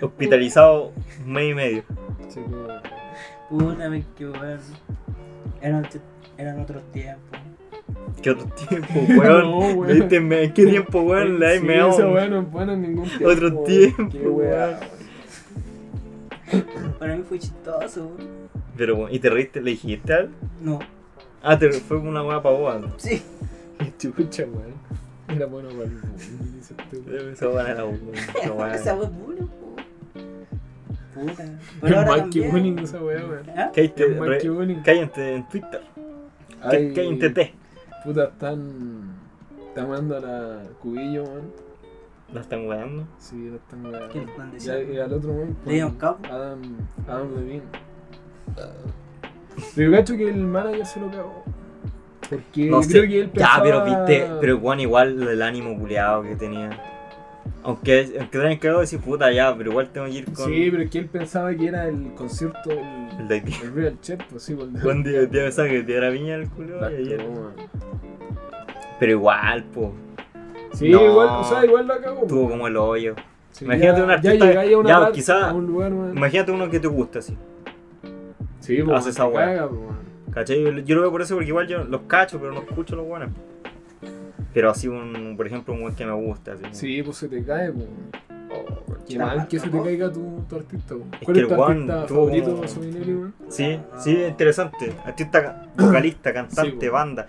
A: Hospitalizado un mes y medio.
B: Sí, weón.
C: Puta, me equivocaron. Eran, otro- eran otros tiempos.
A: ¿Qué otro
B: [LAUGHS]
A: tiempo, weón?
B: No, weón.
A: ¿Viste? Me- ¿Qué tiempo, weón? La
B: Sí,
A: me
B: esa weá no es buena en ningún tiempo.
A: Otro
B: weón.
A: tiempo,
B: Qué weá.
C: Para mí fue chistoso. weón.
A: Pero, weón, ¿y te reíste? ¿Le dijiste algo?
C: No,
A: Ah, te, fue una weá pa' vos.
C: sí.
B: Chucha, weón. Era bueno para el este bullying, ese tipo.
A: Esa weá era un-
C: [LAUGHS]
A: esa
B: [LAUGHS]
A: weá.
C: Esa fue bullying, po. Puta. Pero
B: Es
C: ahora
B: más que
C: también.
B: bullying esa weá, weón.
C: ¿Ah?
A: Cállate,
B: Es más
A: re-
B: que bullying.
A: cállate en Twitter.
B: Ay,
A: Cállate en TT.
B: Puta, están. Están mandando a la cubillo, weón.
A: La están weando.
B: Sí, la están
C: ¿Qué le
B: weando.
C: están
B: Y, a-
C: diciendo?
B: y al otro weón.
C: Le dieron capo.
B: Adam, Adam Levine. Pero yo cacho que el manager se lo cagó. Porque
A: No
B: yo
A: sé.
B: creo que él
A: Ya,
B: pensaba...
A: pero viste, pero weón, igual el ánimo culeado que tenía. Aunque, aunque te hayan cagado decir puta ya, pero igual tengo que ir con
B: Sí, pero que él pensaba que era el concierto,
A: el
B: el,
A: de Haití.
B: el Real Chet, pues sí, el de-
A: [LAUGHS] Weón, día día pensaba que te era viña el culo.
B: [LAUGHS] Exacto,
A: y ayer-
B: weón.
A: Pero igual, po.
B: Sí,
A: No.
B: igual, o sea, igual la cagó.
A: Tuvo como el hoyo.
B: Sí,
A: imagínate
B: ya-
A: un artista
B: Ya
A: que-
B: llegáis a una
A: ya,
B: parte,
A: quizá-
B: a un lugar, weón.
A: Imagínate uno que te gusta así.
B: Sí, pues,
A: hace esa
B: te
A: weá.
B: caga, pues, weón.
A: ¿Cachai? Yo, yo lo veo por eso porque igual yo los cacho, pero no escucho los buenos. Pero así un, por ejemplo, un buen que me gusta. Así,
B: Sí, pues se te cae, pues.
A: Oh,
B: Qué
C: Está
B: mal que se te
C: loco.
B: caiga tu, tu artista, weón.
A: Es
B: ¿Cuál
A: que
B: es tu
A: el weón
B: artista
A: tuvo-
B: favorito, Sobinelli, weón?
A: Sí, sí, es interesante. Artista, ca- vocalista, cantante,
B: Sí, po.
A: banda.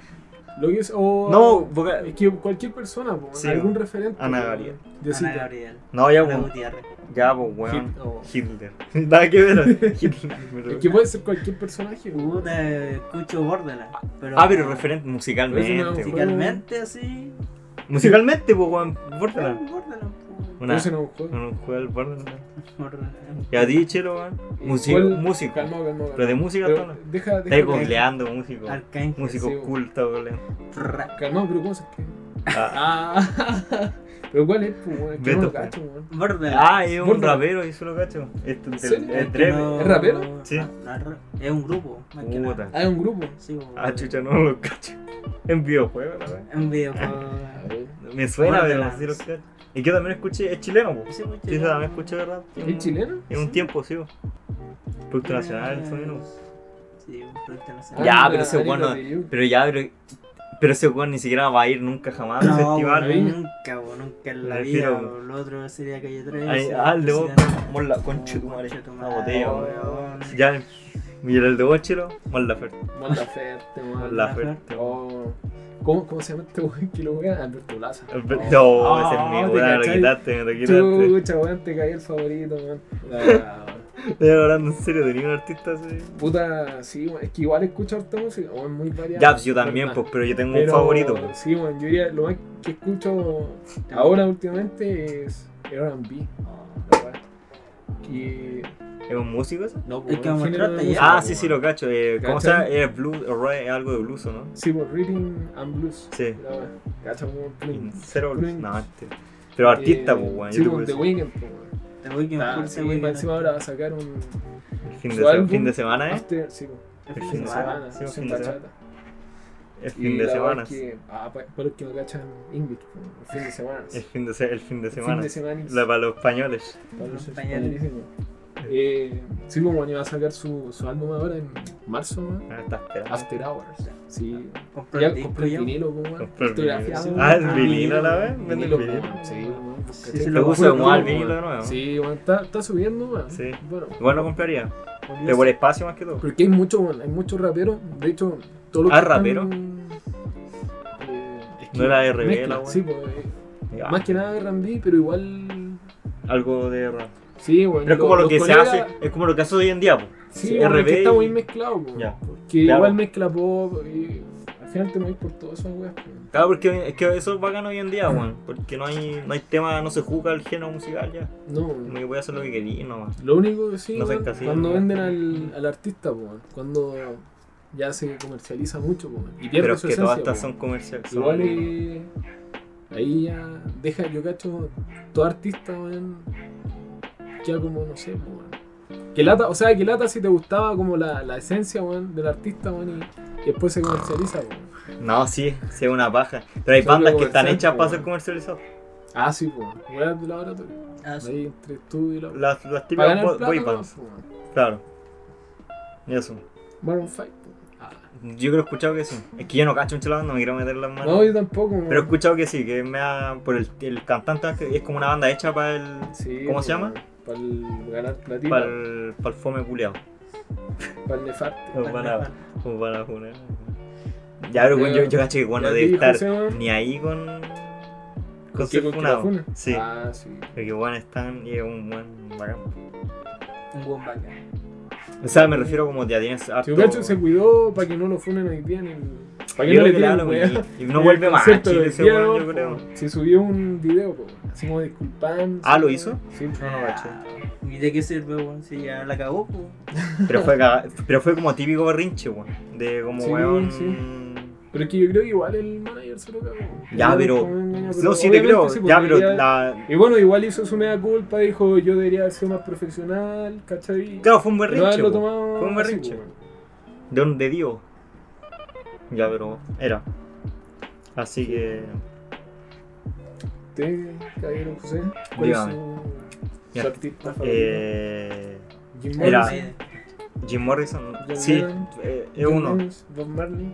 B: Lo que es, o...
A: No, voca-
B: Es que cualquier persona, po,
A: Sí,
B: algún
A: po.
B: referente.
A: Ana
B: po,
A: Gabriel.
B: De cita.
C: Ana Gabriel.
A: No, ya,
C: Ana
A: po,
C: Gutiérrez.
A: ya, pues, weón.
B: Hit- o-
A: Hitler. [LAUGHS] Nada que ver. Hitler.
B: Es [LAUGHS] que puede ser cualquier personaje. po.
C: Puta, escucho Bordela. Pero,
A: Ah, pero referente musicalmente.
B: Pero eso no-
A: weón.
C: Musicalmente así.
A: Musicalmente, pues, weón. Bórtala.
C: Bordela, po.
B: Pero
A: Una.
B: ese no es un juego.
A: Un juego del Bórtala.
C: Bordela.
A: Y a ti, chelo, weón. Músico.
B: ¿Cuál?
A: músico.
B: Calma, calma,
A: Pero de música, tú no.
B: Deja, deja.
A: Estás googleando, músico.
C: Arcángel.
A: Músico
B: sí, po.
A: culto, weón.
C: Fra-
B: Calma, pero ¿cómo se escribe?
A: Ah,
B: Ah, [LAUGHS] pero ¿cuál es, po, weón? Es que no
A: Beto,
B: lo
A: po.
B: cacho, weón.
C: Bordela.
A: ah, es un
B: Bórtala.
A: rapero, eso lo cacho. Este,
B: ¿En
A: del-
B: serio?
A: el
B: Es que
A: treme.
C: No,
B: ¿Es rapero?
A: Sí.
C: no, no es ra- es un grupo. Más que
A: Puta.
C: nada.
B: Ah, es un grupo.
C: Sí, po.
A: Ah, chucha, Ah. no lo cacho. En videojuego, la verdad.
C: Es un videojuego.
B: A ver.
A: Me suena,
C: Fuerte
A: pero
C: lanza.
A: sí lo cacho. Y que yo también escuché, es chileno, po.
C: Sí, po,
A: Sí,
C: chileno.
A: yo también escuché, ¿verdad?
B: ¿Es chileno?
A: En un tiempo, sí. po. Producto nacional, eso mismo.
C: Ah, Sí, un producto nacional.
A: Ya,
B: Ah,
A: pero ese
B: Ariel
A: weón no-
B: Rodríguez.
A: Pero ya, pero, pero ese weón ni siquiera va a ir nunca jamás al festival.
B: weón.
C: weón, nunca, weón, nunca en la
A: Me
C: vida.
A: refiero-
C: weón. Lo otro sería Calle 13.
A: Ay, ah, el de vos,
C: presidente.
A: mol la concha de tu madre.
C: Concha de tu
A: Una
C: madre,
A: botella, weón.
C: weón.
A: Ya, mira el de vos, chelo, mol la oferta.
B: Mon Laferte, weón.
A: Mol
C: la
A: la oferta.
B: Oh. ¿Cómo, ¿Cómo se llama este weón que lo wea? Alberto Plaza.
A: No, ese es
B: Ah,
A: mi
B: ¿te
A: weón, lo
B: cachai?
A: quitaste, me lo quitaste.
B: Chucha, weón, te caí el favorito, weón. La-
A: Estoy hablando en serio, tenía un artista así.
B: Puta, sí, weón, es que igual escucho harta música, o es muy variada.
A: Ya, pues, yo también,
B: ¿verdad?
A: pues, pero yo tengo un
B: Pero,
A: favorito. pues.
B: Sí, weón, yo diría, lo más que escucho ahora últimamente es R&B. la verdad. Que...
A: ¿Es un músico eso?
B: No,
C: El que
B: weón,
C: me
B: género de
C: mostraste ya.
B: música,
A: Ah,
B: pues, weón.
A: sí, sí, lo cacho. Eh, ¿Cómo se llama?
B: ¿Cachai?
A: Es blues, o re- es algo de blues, ¿o no?
B: Sí, por Reading and Blues.
A: Sí.
B: La weón. Cacha, weón, Prince.
A: Cero blues.
B: Prince.
A: No, este. Pero artista,
B: Eh,
A: pues, weón.
B: Sí,
A: Yo
B: weón,
A: te
B: The
A: puedo decir.
B: Weeknd, pues, weón.
C: Te voy que me
B: Ah,
C: impulse,
B: sí,
C: weón,
B: weón, encima
C: no.
B: ahora va a sacar un...
A: El fin de
B: su
A: se-
B: álbum.
A: fin de semana, ¿eh?
B: after- sí, weón.
C: Es
A: fin
B: fin de semana,
A: sí,
B: sí,
A: fin de semana.
B: bachata.
A: El
B: Y
A: fin de
B: la
A: semana.
B: verdad es que- ah, pa- para los que no cachan pues, inglés, el fin de semana.
A: El [LAUGHS] fin de, se- el fin de
B: El fin
A: semana.
B: de semana.
A: La para los españoles.
B: para los
C: Español.
B: españoles. Eh, sí, como bueno, iba a sacar su, su álbum ahora en marzo, ¿no?
A: Ah, está esperando.
B: After Hours. Sí.
C: Compró el
B: Ya
C: disco
B: compré
C: ya.
B: el vinilo, pues, como bueno,
A: Compré el vinilo,
B: fotografiado,
A: sí.
B: bueno.
A: Ah, el vinilo a la vez, vende el
B: Vinilo,
A: vinilo.
B: bueno, Sí, bueno,
C: Sí,
B: ¿cachai?
C: se
A: Lo
C: lo
A: puse de
C: juro,
A: moda el
C: no,
A: vinilo de nuevo.
B: Sí, bueno, está, está subiendo, bueno.
A: Sí.
B: Bueno,
A: Igual lo compraría.
C: Curioso.
A: Pero por espacio más que todo.
B: porque hay mucho, bueno, hay muchos raperos. De hecho, todos los
A: Ah,
B: que están,
A: rapero.
B: eh, es que
A: No era de Rebel,
B: mezclan,
A: la
B: Sí, pues, eh,
A: Ah,
B: Más que nada R&B, pero igual...
A: Algo de rap.
B: Sí, bueno.
A: Pero es como lo que se hace, es como lo que hace hoy en día, pues.
B: Sí,
A: sí,
B: bueno, es
A: RB
B: que está pues,
A: y-
B: muy mezclado, po,
A: Ya.
B: que
A: Claro.
B: igual mezcla pop y... al final te morís por todas esas weas, pues. weón.
A: Claro, porque es que eso es bacano hoy en día, weón. Porque no hay, no hay tema, no se juzga el género musical ya.
B: No,
A: Como que voy a hacer lo que quería nomás.
B: Lo único que sí,
A: No se
B: weón,
A: encasillan,
B: cuando
A: ¿no?
B: venden al, al artista, po, weón, cuando ya se comercializa mucho, po, weón, y pierde
A: Pero es
B: su
A: que todas
B: esencia,
A: estas
B: pues. po,
A: son comerciales. son-
B: Igual eh, ahí ya deja, yo cacho, todo artista, weón, queda como, no sé, po, weón. Que lata, o sea, que lata si te gustaba como la, la esencia, weón, del artista, weón, y, y después se comercializa, po, weón.
A: No, sí, sí es una paja. Pero hay
B: Son
A: bandas que están
B: comerciales,
A: hechas
B: po,
A: para ser
B: weón.
A: comercializadas.
B: Ah, sí, po, weón. Weón de laboratorio.
C: Ah, sí.
B: Ahí entre tú y la...
A: Las, las
B: Para
A: típicas
B: ganar
A: bo-
B: plata,
A: boy
B: weón,
A: bands,
B: po, weón.
A: claro. Y eso.
B: Maroon five, po. Ah.
A: Yo creo que he escuchado que sí. Es que yo no cacho mucho la banda, no me quiero meter las manos.
B: No, yo tampoco, weón.
A: Pero he escuchado que sí, que me ha, por el, el cantante que es como una banda hecha para el,
B: Sí,
A: ¿Cómo se
B: weón,
A: llama?
B: Para el ganar platino.
A: para el, para el fome
B: [LAUGHS]
A: culeado.
B: Para el nefarte.
A: Como para, como para funar. Ya, pero bueno, yo, yo cacho que bueno
B: Ya
A: debe
B: dijo
A: estar
B: ese, weón.
A: ni ahí con, con
B: ¿Con
A: ser
B: qué, con que
A: funado.
B: la funa?
A: Sí,
B: Ah, sí.
A: porque bueno están y es un buen bacán.
C: Un buen bacán.
A: O sea, me refiero como ya tienes harto...
B: Si un cacho se cuidó para que no lo funen hoy día ni. Para que
A: Yo
B: no
A: creo
B: le
A: que le hablo
B: tiren,
A: con
B: weón.
A: él. Y no vuelve
B: [LAUGHS] El
A: más a
B: concierto
A: Chile
B: del
A: ese
B: día,
A: weón, yo
B: po,
A: creo.
B: Si subió un video, po, así como disculpando.
A: Ah, ¿lo hizo?
B: Sí,
A: No, no cacho.
C: Ah, ¿Y de qué sirve, weón? Si ya la cagó, pues.
A: Pero fue, caga- pero fue como típico berrinche, weón. De como
B: Sí,
A: weón.
B: sí. Pero es que yo creo que igual el manager se lo cagó.
A: Ya, pero-
B: como engaña,
A: No, sí te
B: obviamente
A: creo.
B: sí, pues,
A: ya, pero
B: debería-
A: la.
B: Y bueno, igual hizo su mea culpa, dijo yo debería haber sido más profesional, ¿cachai?
A: Claro, fue un
B: Pero no
A: berrinche.
B: haberlo
A: po.
B: tomado
A: Fue un
B: así,
A: berrinche.
B: po, weón.
A: De un de Dios. Ya, pero era. Así que.
B: Usted, caballero José, ¿cuál
A: Dígame.
B: es su,
A: Ya.
B: su artista favorito?
A: Eh,
B: Jim
A: era-
B: Morrison,
A: Jim Morrison.
B: John
A: Sí,
B: Lennon,
A: eh, es
B: John
A: uno.
B: Lennon, Bob Marley.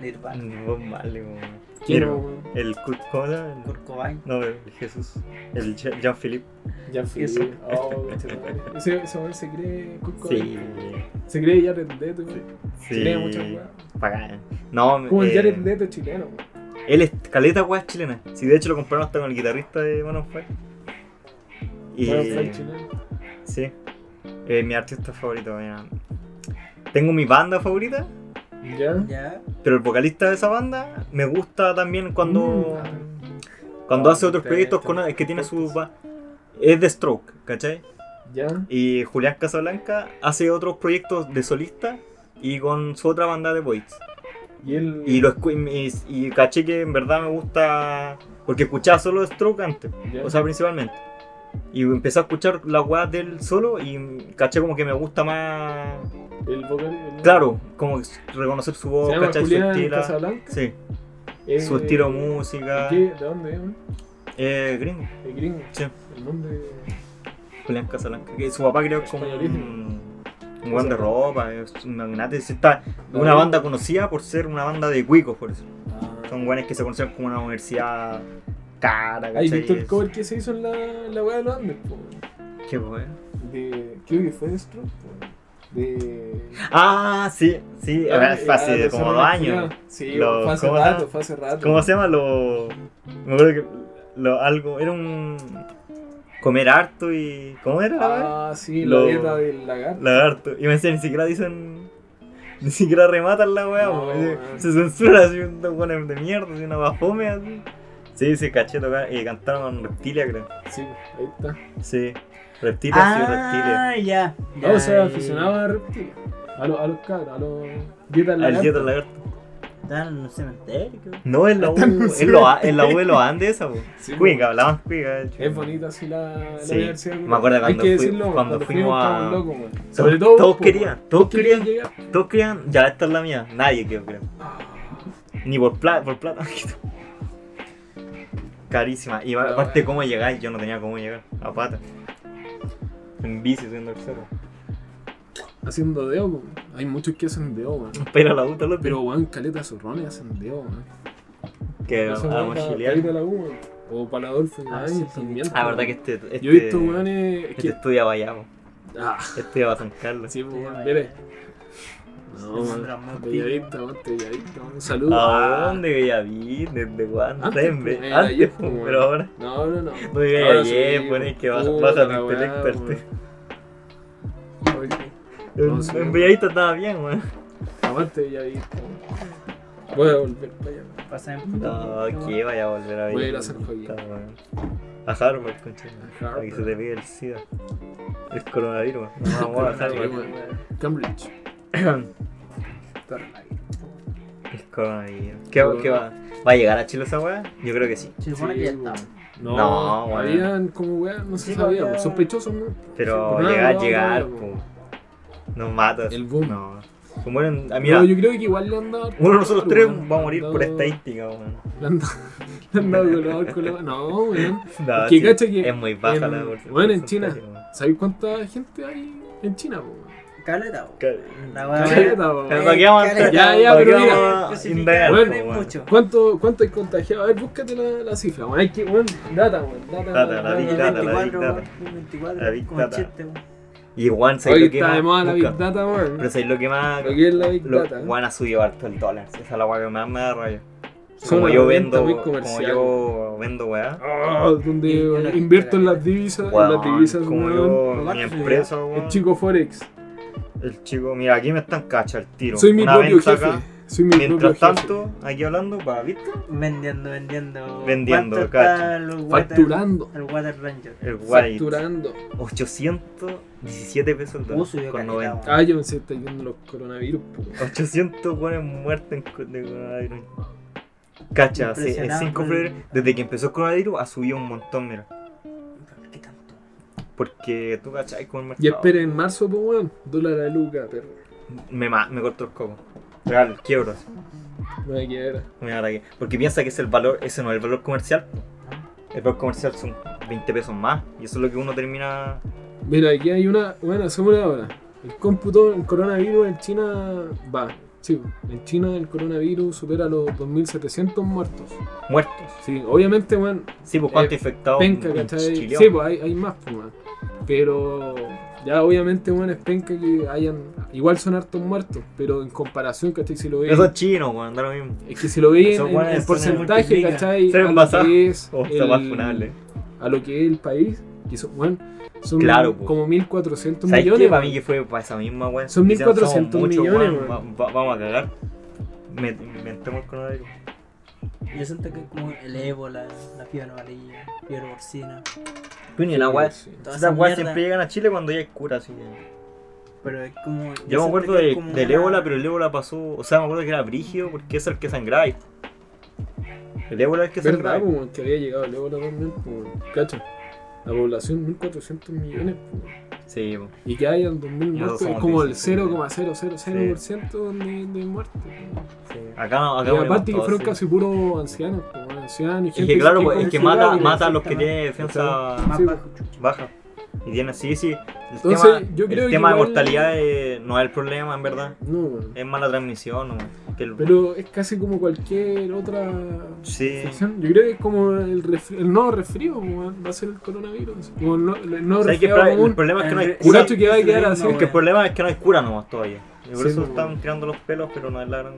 C: Nirvana.
A: Bob Marley, weón.
B: Quiero,
A: Mira,
B: weón.
A: El Kurt ¿cómo se llama? El-
C: Kurt Cobain.
A: No, el Jesús. El Je- Jean-Philippe.
B: Ya fui.
C: Eso.
B: Oh, chaval. [LAUGHS] ese ese weón se cree Kurt Cobain.
A: Sí.
B: Se cree Jared Leto. weón. Se
A: Sí.
B: cree mucho, weón.
A: Bacán. No,
B: Como el
A: eh,
B: Jared Leto chileno. weón.
A: Él es caleta weas chilena. Si de hecho lo compraron hasta con el guitarrista de Manon Five. Y.
B: Bueno, fue el chileno.
A: sí. Eh, mi artista favorito, mira. Tengo mi banda favorita,
B: ¿Ya?
C: Ya.
A: pero el vocalista de esa banda me gusta también cuando.
B: Mm,
A: cuando
B: Ah,
A: hace otros
B: perfecto.
A: proyectos con. Es que tiene su. ba- Es de Stroke, ¿cachai?
B: ¿Ya?
A: Y Julián Casablanca hace otros proyectos de solista y con su otra banda de Voids.
B: Y él.
A: Y, lo, escu- y, y caché que en verdad me gusta. Porque escuchaba solo Stroke antes.
B: ¿Ya?
A: O sea, principalmente. Y empecé a escuchar la weá del solo y caché como que me gusta más.
B: el vocal. el-
A: Claro, como reconocer su voz,
B: Se llama
A: cachar su
B: Julián
A: estilo.
B: Casablanca.
A: Sí,
B: Eh,
A: su estilo de
B: ¿y
A: música.
B: qué? ¿De dónde es, weón?
A: Eh, gringo,
B: El gringo.
A: Sí.
B: El nombre.
A: Julián Casablanca. Que su papá creo que es como
B: ¿eh?
A: un. Un weón de ropa, es un magnate. sí, Está, una banda conocida por ser una banda de cuicos, por eso.
B: Ah.
A: Son weones que se conocían como una universidad cara,
B: ¿Hay
A: ¿cachai?
B: visto el cover que se hizo en la, en la weá de los Andes, po, weón?
A: Qué bueno.
B: De. Creo que fue de Stroke, po, weón. De.
A: Ah, sí, sí, a ver, fue hace
B: Ah,
A: como
B: Cerro
A: dos
B: de
A: años.
B: Culiao. Sí,
A: Lo-
B: fue hace
A: ¿cómo se
B: rato,
A: llama?
B: fue hace rato.
A: ¿Cómo se llama lo.? Me acuerdo que. Lo, algo. Era un. Comer harto y. ¿Cómo era la weá?
B: Ah, sí,
A: Lo-
B: la dieta del lagarto.
A: Lagarto. Y me decían, ni siquiera dicen. Ni siquiera rematan la weá,
B: No,
A: po.
B: weón.
A: se, se censura así un weón de mierda, así una bafome así. Sí, se caché tocar. Y cantaron reptilia, creo.
B: Sí, ahí está.
A: Sí. Reptilia, sí, reptilia.
C: Ah, ya.
B: Ah, o sea,
C: ya,
B: aficionado a reptiles. A los, a los cabros, a los dieta del
A: Al
B: lagarto.
A: tío del lagarto.
C: Está en un cementerio. creo.
A: No, en la U. En, lo, en la U de los Andes, esa, po.
B: Sí,
A: Cuica, hablaban cuica, de hecho.
B: Es bonita así la,
A: Sí,
B: la universidad.
A: me acuerdo
B: Hay
A: cuando
B: que
A: fui-
B: decirlo,
A: cuando fuimos a-
B: estábamos locos, weón.
A: Todos-
B: Sobre todo.
A: todos
B: po,
A: querían,
B: weón.
A: todos querían,
B: llegar.
A: todos querían, ya esta es la mía, nadie creo, creo. Ni por plata, por plata. [LAUGHS] Carísima. Y
B: Pero
A: aparte
B: bueno.
A: cómo llegar, yo no tenía cómo llegar, a pata. En bici subiendo al [LAUGHS] cerro.
B: Haciendo deo, po, weón. Hay muchos que hacen deo, weón.
A: Pero la puta lo
B: Pero, weón, caleta zorrones hacen deo, weón.
A: que
B: Eso,
A: a
B: weón, para-
A: mochilear.
B: para ir a la U, weón. O para Adolfo
C: Ah,
B: Ibáñez
C: sí, sí.
B: también.
A: Ah,
B: po,
A: verdad que
B: weón.
A: este, este,
B: Yo he visto, weón, es
A: este
B: que.
A: estudia Bayamo,
B: Ah,
A: estudia San Carlos.
B: sí, po, weón, mire. No,
C: Sí,
B: weón,
C: drama,
B: Bellavista, weón, Bellavista, weón, Un saludo.
A: ¿A dónde Bellavista? ¿Desde cuándo?
B: Ah. Antes,
A: En Be-
B: pues, era
A: Antes,
B: ayer,
A: pues,
B: pues,
A: pero ahora.
B: No, no,
A: No
B: no.
A: digas
B: Ahora
A: ayer,
B: sí,
A: pues, es que
B: weón.
A: baja-
B: Puta
A: baja tu
B: la weá,
A: intelecto,
B: weón.
C: [LAUGHS]
A: En,
B: No, sí.
A: en Bellavista estaba bien, weón.
B: Aguante Bellavista, weón. Voy a volver para allá. weón.
C: Pasa en
A: No,
C: puta.
A: que vaya a volver a ver.
B: Voy a ir a hacer joyita.
A: A Harvard, concha.
B: A Harvard.
A: Para que se te pide el SIDA. El coronavirus. No, vamos a
B: Sí,
A: Harvard.
B: weón. Cambridge.
A: [COUGHS]
B: Tornado.
A: El coronavirus. ¿Qué, qué va? ¿Va a llegar a Chile esa weá? Yo creo que sí.
C: Se supone
B: Sí,
C: que ya
B: weón.
C: está.
B: No,
A: No, weón.
B: habían como weón, no se
C: Sí,
B: sabía,
C: había-
B: weón, sospechosos, ¿no?
A: Pero
B: Sí, no,
A: llegar,
B: no,
A: llegar,
B: no,
A: po. Nos matas.
B: El boom.
A: No. Se mueren. A mira,
B: Pero yo creo que igual le han dado.
A: uno de nosotros
B: harto,
A: tres
B: weón.
A: va a morir por
B: Le han dado-
A: estadística, weón.
B: Le han dado- [LAUGHS] le han dado color, color. No, weón.
A: No,
B: Que
A: sí,
B: cacha que
A: es muy baja
B: en-
A: la porcentaje,
B: bueno, en China.
A: weón.
B: ¿Sabéis cuánta gente hay en China, po, weón?
C: Caleta, weón.
A: Cal-
C: La
B: Caleta,
C: weá.
B: po, weón.
A: Pero ¿para qué vamos a pues, entrar?
B: Ya, ya,
A: ¿Para qué
B: pero mira,
A: vamos a
C: especificar,
A: indagar,
B: bueno,
A: po,
C: es
A: weón?
C: mucho.
B: ¿Cuánto, ¿Cuánto hay contagiado? A ver, búscate la, la cifra, weón. Hay que, weón, data, weón. Data,
A: Data, la
C: El
A: Big Data, la Big
C: 24,
A: Data.
C: weón, el 24,
A: La Big
C: como
A: Data.
C: chiste, weón.
A: Y igual, ¿sabes
B: Hoy
A: lo que
B: está de
A: más?
B: moda la
A: Busca.
B: Big Data,
A: Pero
B: weón.
A: ¿sabéis lo que más?
B: Lo que es la Big
A: Lo,
B: Data.
A: weón, ha subido harto el dólar. Esa es la weá que más me da rabia.
B: Son
A: Como
B: una
A: yo Oh,
B: venta
A: vendo,
B: muy
A: como
B: comercial.
A: yo vendo weá.
B: Ah,
C: Y- y
B: donde
C: la-
B: weón, invierto en las divisas, en las
A: Weón,
B: divisas,
A: como
B: weón.
A: yo,
C: Lo
A: mi
C: gasto,
A: empresa, weón.
B: El chico Forex.
A: El chico, mira, aquí me están cacha el tiro.
B: Soy mi
A: Una
B: propio
A: venta
B: jefe.
A: acá.
B: Soy mi propio
A: Mientras
B: jefe.
A: tanto, aquí hablando, pa, ¿viste?
C: Vendiendo, vendiendo.
A: Vendiendo,
C: ¿Cuánto
A: cacho.
C: está el water-
B: Facturando.
C: El Water Ranger.
A: El guay.
B: Facturando.
A: 817 pesos el
C: Uh,
A: dólar.
C: subió
A: Con
C: caleta,
A: 90.
B: Ah, yo pensé que está yendo los coronavirus. po.
A: 800 buenos muertos en co- de coronavirus. Cacha, hace- el 5 de febrero, desde que empezó el coronavirus, ha subido un montón, mira.
C: ¿Qué tanto?
A: Porque tú cachai con el mercado.
B: Y espera en marzo, pues, weón. Dólar a Luca, perro.
A: Me, ma- me corto los cocos. Real, quiebro. así.
B: Me quiebra.
A: Me ataque. Porque piensa que es el valor, ese no es el valor comercial. po. El valor comercial son 20 pesos más. Y eso es lo que uno termina.
B: Mira, aquí hay una. Bueno, hacemos una hora. El cómputo, el coronavirus en China va. Sí, en China el coronavirus supera los 2.700 muertos.
A: Muertos.
B: Sí, obviamente, weón,
A: Sí, pues cuánto
B: Eh,
A: infectado.
B: penca,
A: un- un
B: ¿cachai?
A: chileo?
B: Sí, pues hay, hay más, pues, weón. Pero ya obviamente, weón, es penca que hayan. Igual son hartos muertos, pero en comparación, ¿cachai? Si lo
A: Pero
B: veis.
A: son chinos, weón, da lo mismo.
B: Es que si lo veis
A: Esos
B: en,
A: weones
B: en
A: son
B: porcentaje,
C: multiplican.
B: ¿cachai?
A: Se
B: A lo,
A: pasan.
B: que es
A: O Oh, está más funable.
B: el, a lo que es el país, que son, bueno, son
A: Claro, po.
B: como 1.400
A: ¿Sabes qué?
B: millones.
A: Para
B: weón.
A: mí que fue para esa misma, weón.
B: Son
A: Dicen,
B: 1400
A: somos muchos,
B: millones,
A: weón, va- va- Vamos a cagar. Me- Inventemos el coronavirus.
C: Yo siento que es como el ébola, la fiebre amarilla, fiebre porcina.
A: Tú ni la weá.
B: Sí.
C: Toda esa
A: Esas weas
C: mierda.
A: siempre llegan a Chile cuando ya hay cura, así que.
C: Pero es como.
A: Yo me
C: siento
A: acuerdo
C: que es
A: de-
C: como
A: del
C: una-
A: ébola, pero el ébola pasó. O sea, me acuerdo que era brígido porque es el que sangraba. ahí. El ébola es el que
B: ¿Verdad,
A: sangraba.
B: po, weón? que había llegado el ébola también, po, weón. ¿Cacha? La población, 1.400 millones, po, weón.
A: Sí, po.
B: y que hayan 2.000
A: Y
B: muertos,
A: nosotros
B: es como el
A: somos
B: 0,000% de, de muertes. po.
A: Acá no, acá
B: Y
A: morimos
B: aparte que
A: todos,
B: fueron
A: sí.
B: casi puros ancianos, po, weón, ancianos y
A: Es
B: gente
A: que claro,
B: que-
A: po, es
C: con
A: que
C: su
A: mata,
C: rabia,
A: mata a los que
C: exactamente.
A: tienen defensa
C: Más
B: Sí,
C: bajo, chucha.
A: baja. Y tiene, sí, sí. El
B: Entonces,
A: tema,
B: yo creo
A: el
B: que
A: tema de
B: igual-
A: mortalidad eh, no es el problema, en verdad.
B: No, weón.
A: Es mala transmisión. o que el-
B: pero es casi como cualquier otra
A: sí.
B: infección. Yo creo que es como el, resfri- el nuevo resfrío, po, weón, va a ser el coronavirus. Como el, no- el nuevo
A: ¿Sabes qué?
B: resfriado
A: Pero el
B: común.
A: problema es que no hay
C: El-
A: cura.
B: Cacho que va a quedar así.
C: Sí, no,
A: Es que el
C: weón.
A: problella es que no hay cura nomás todavía. Y por
B: Sí, pues,
A: eso
B: no,
A: están tirando los pelos, pero no es la gran.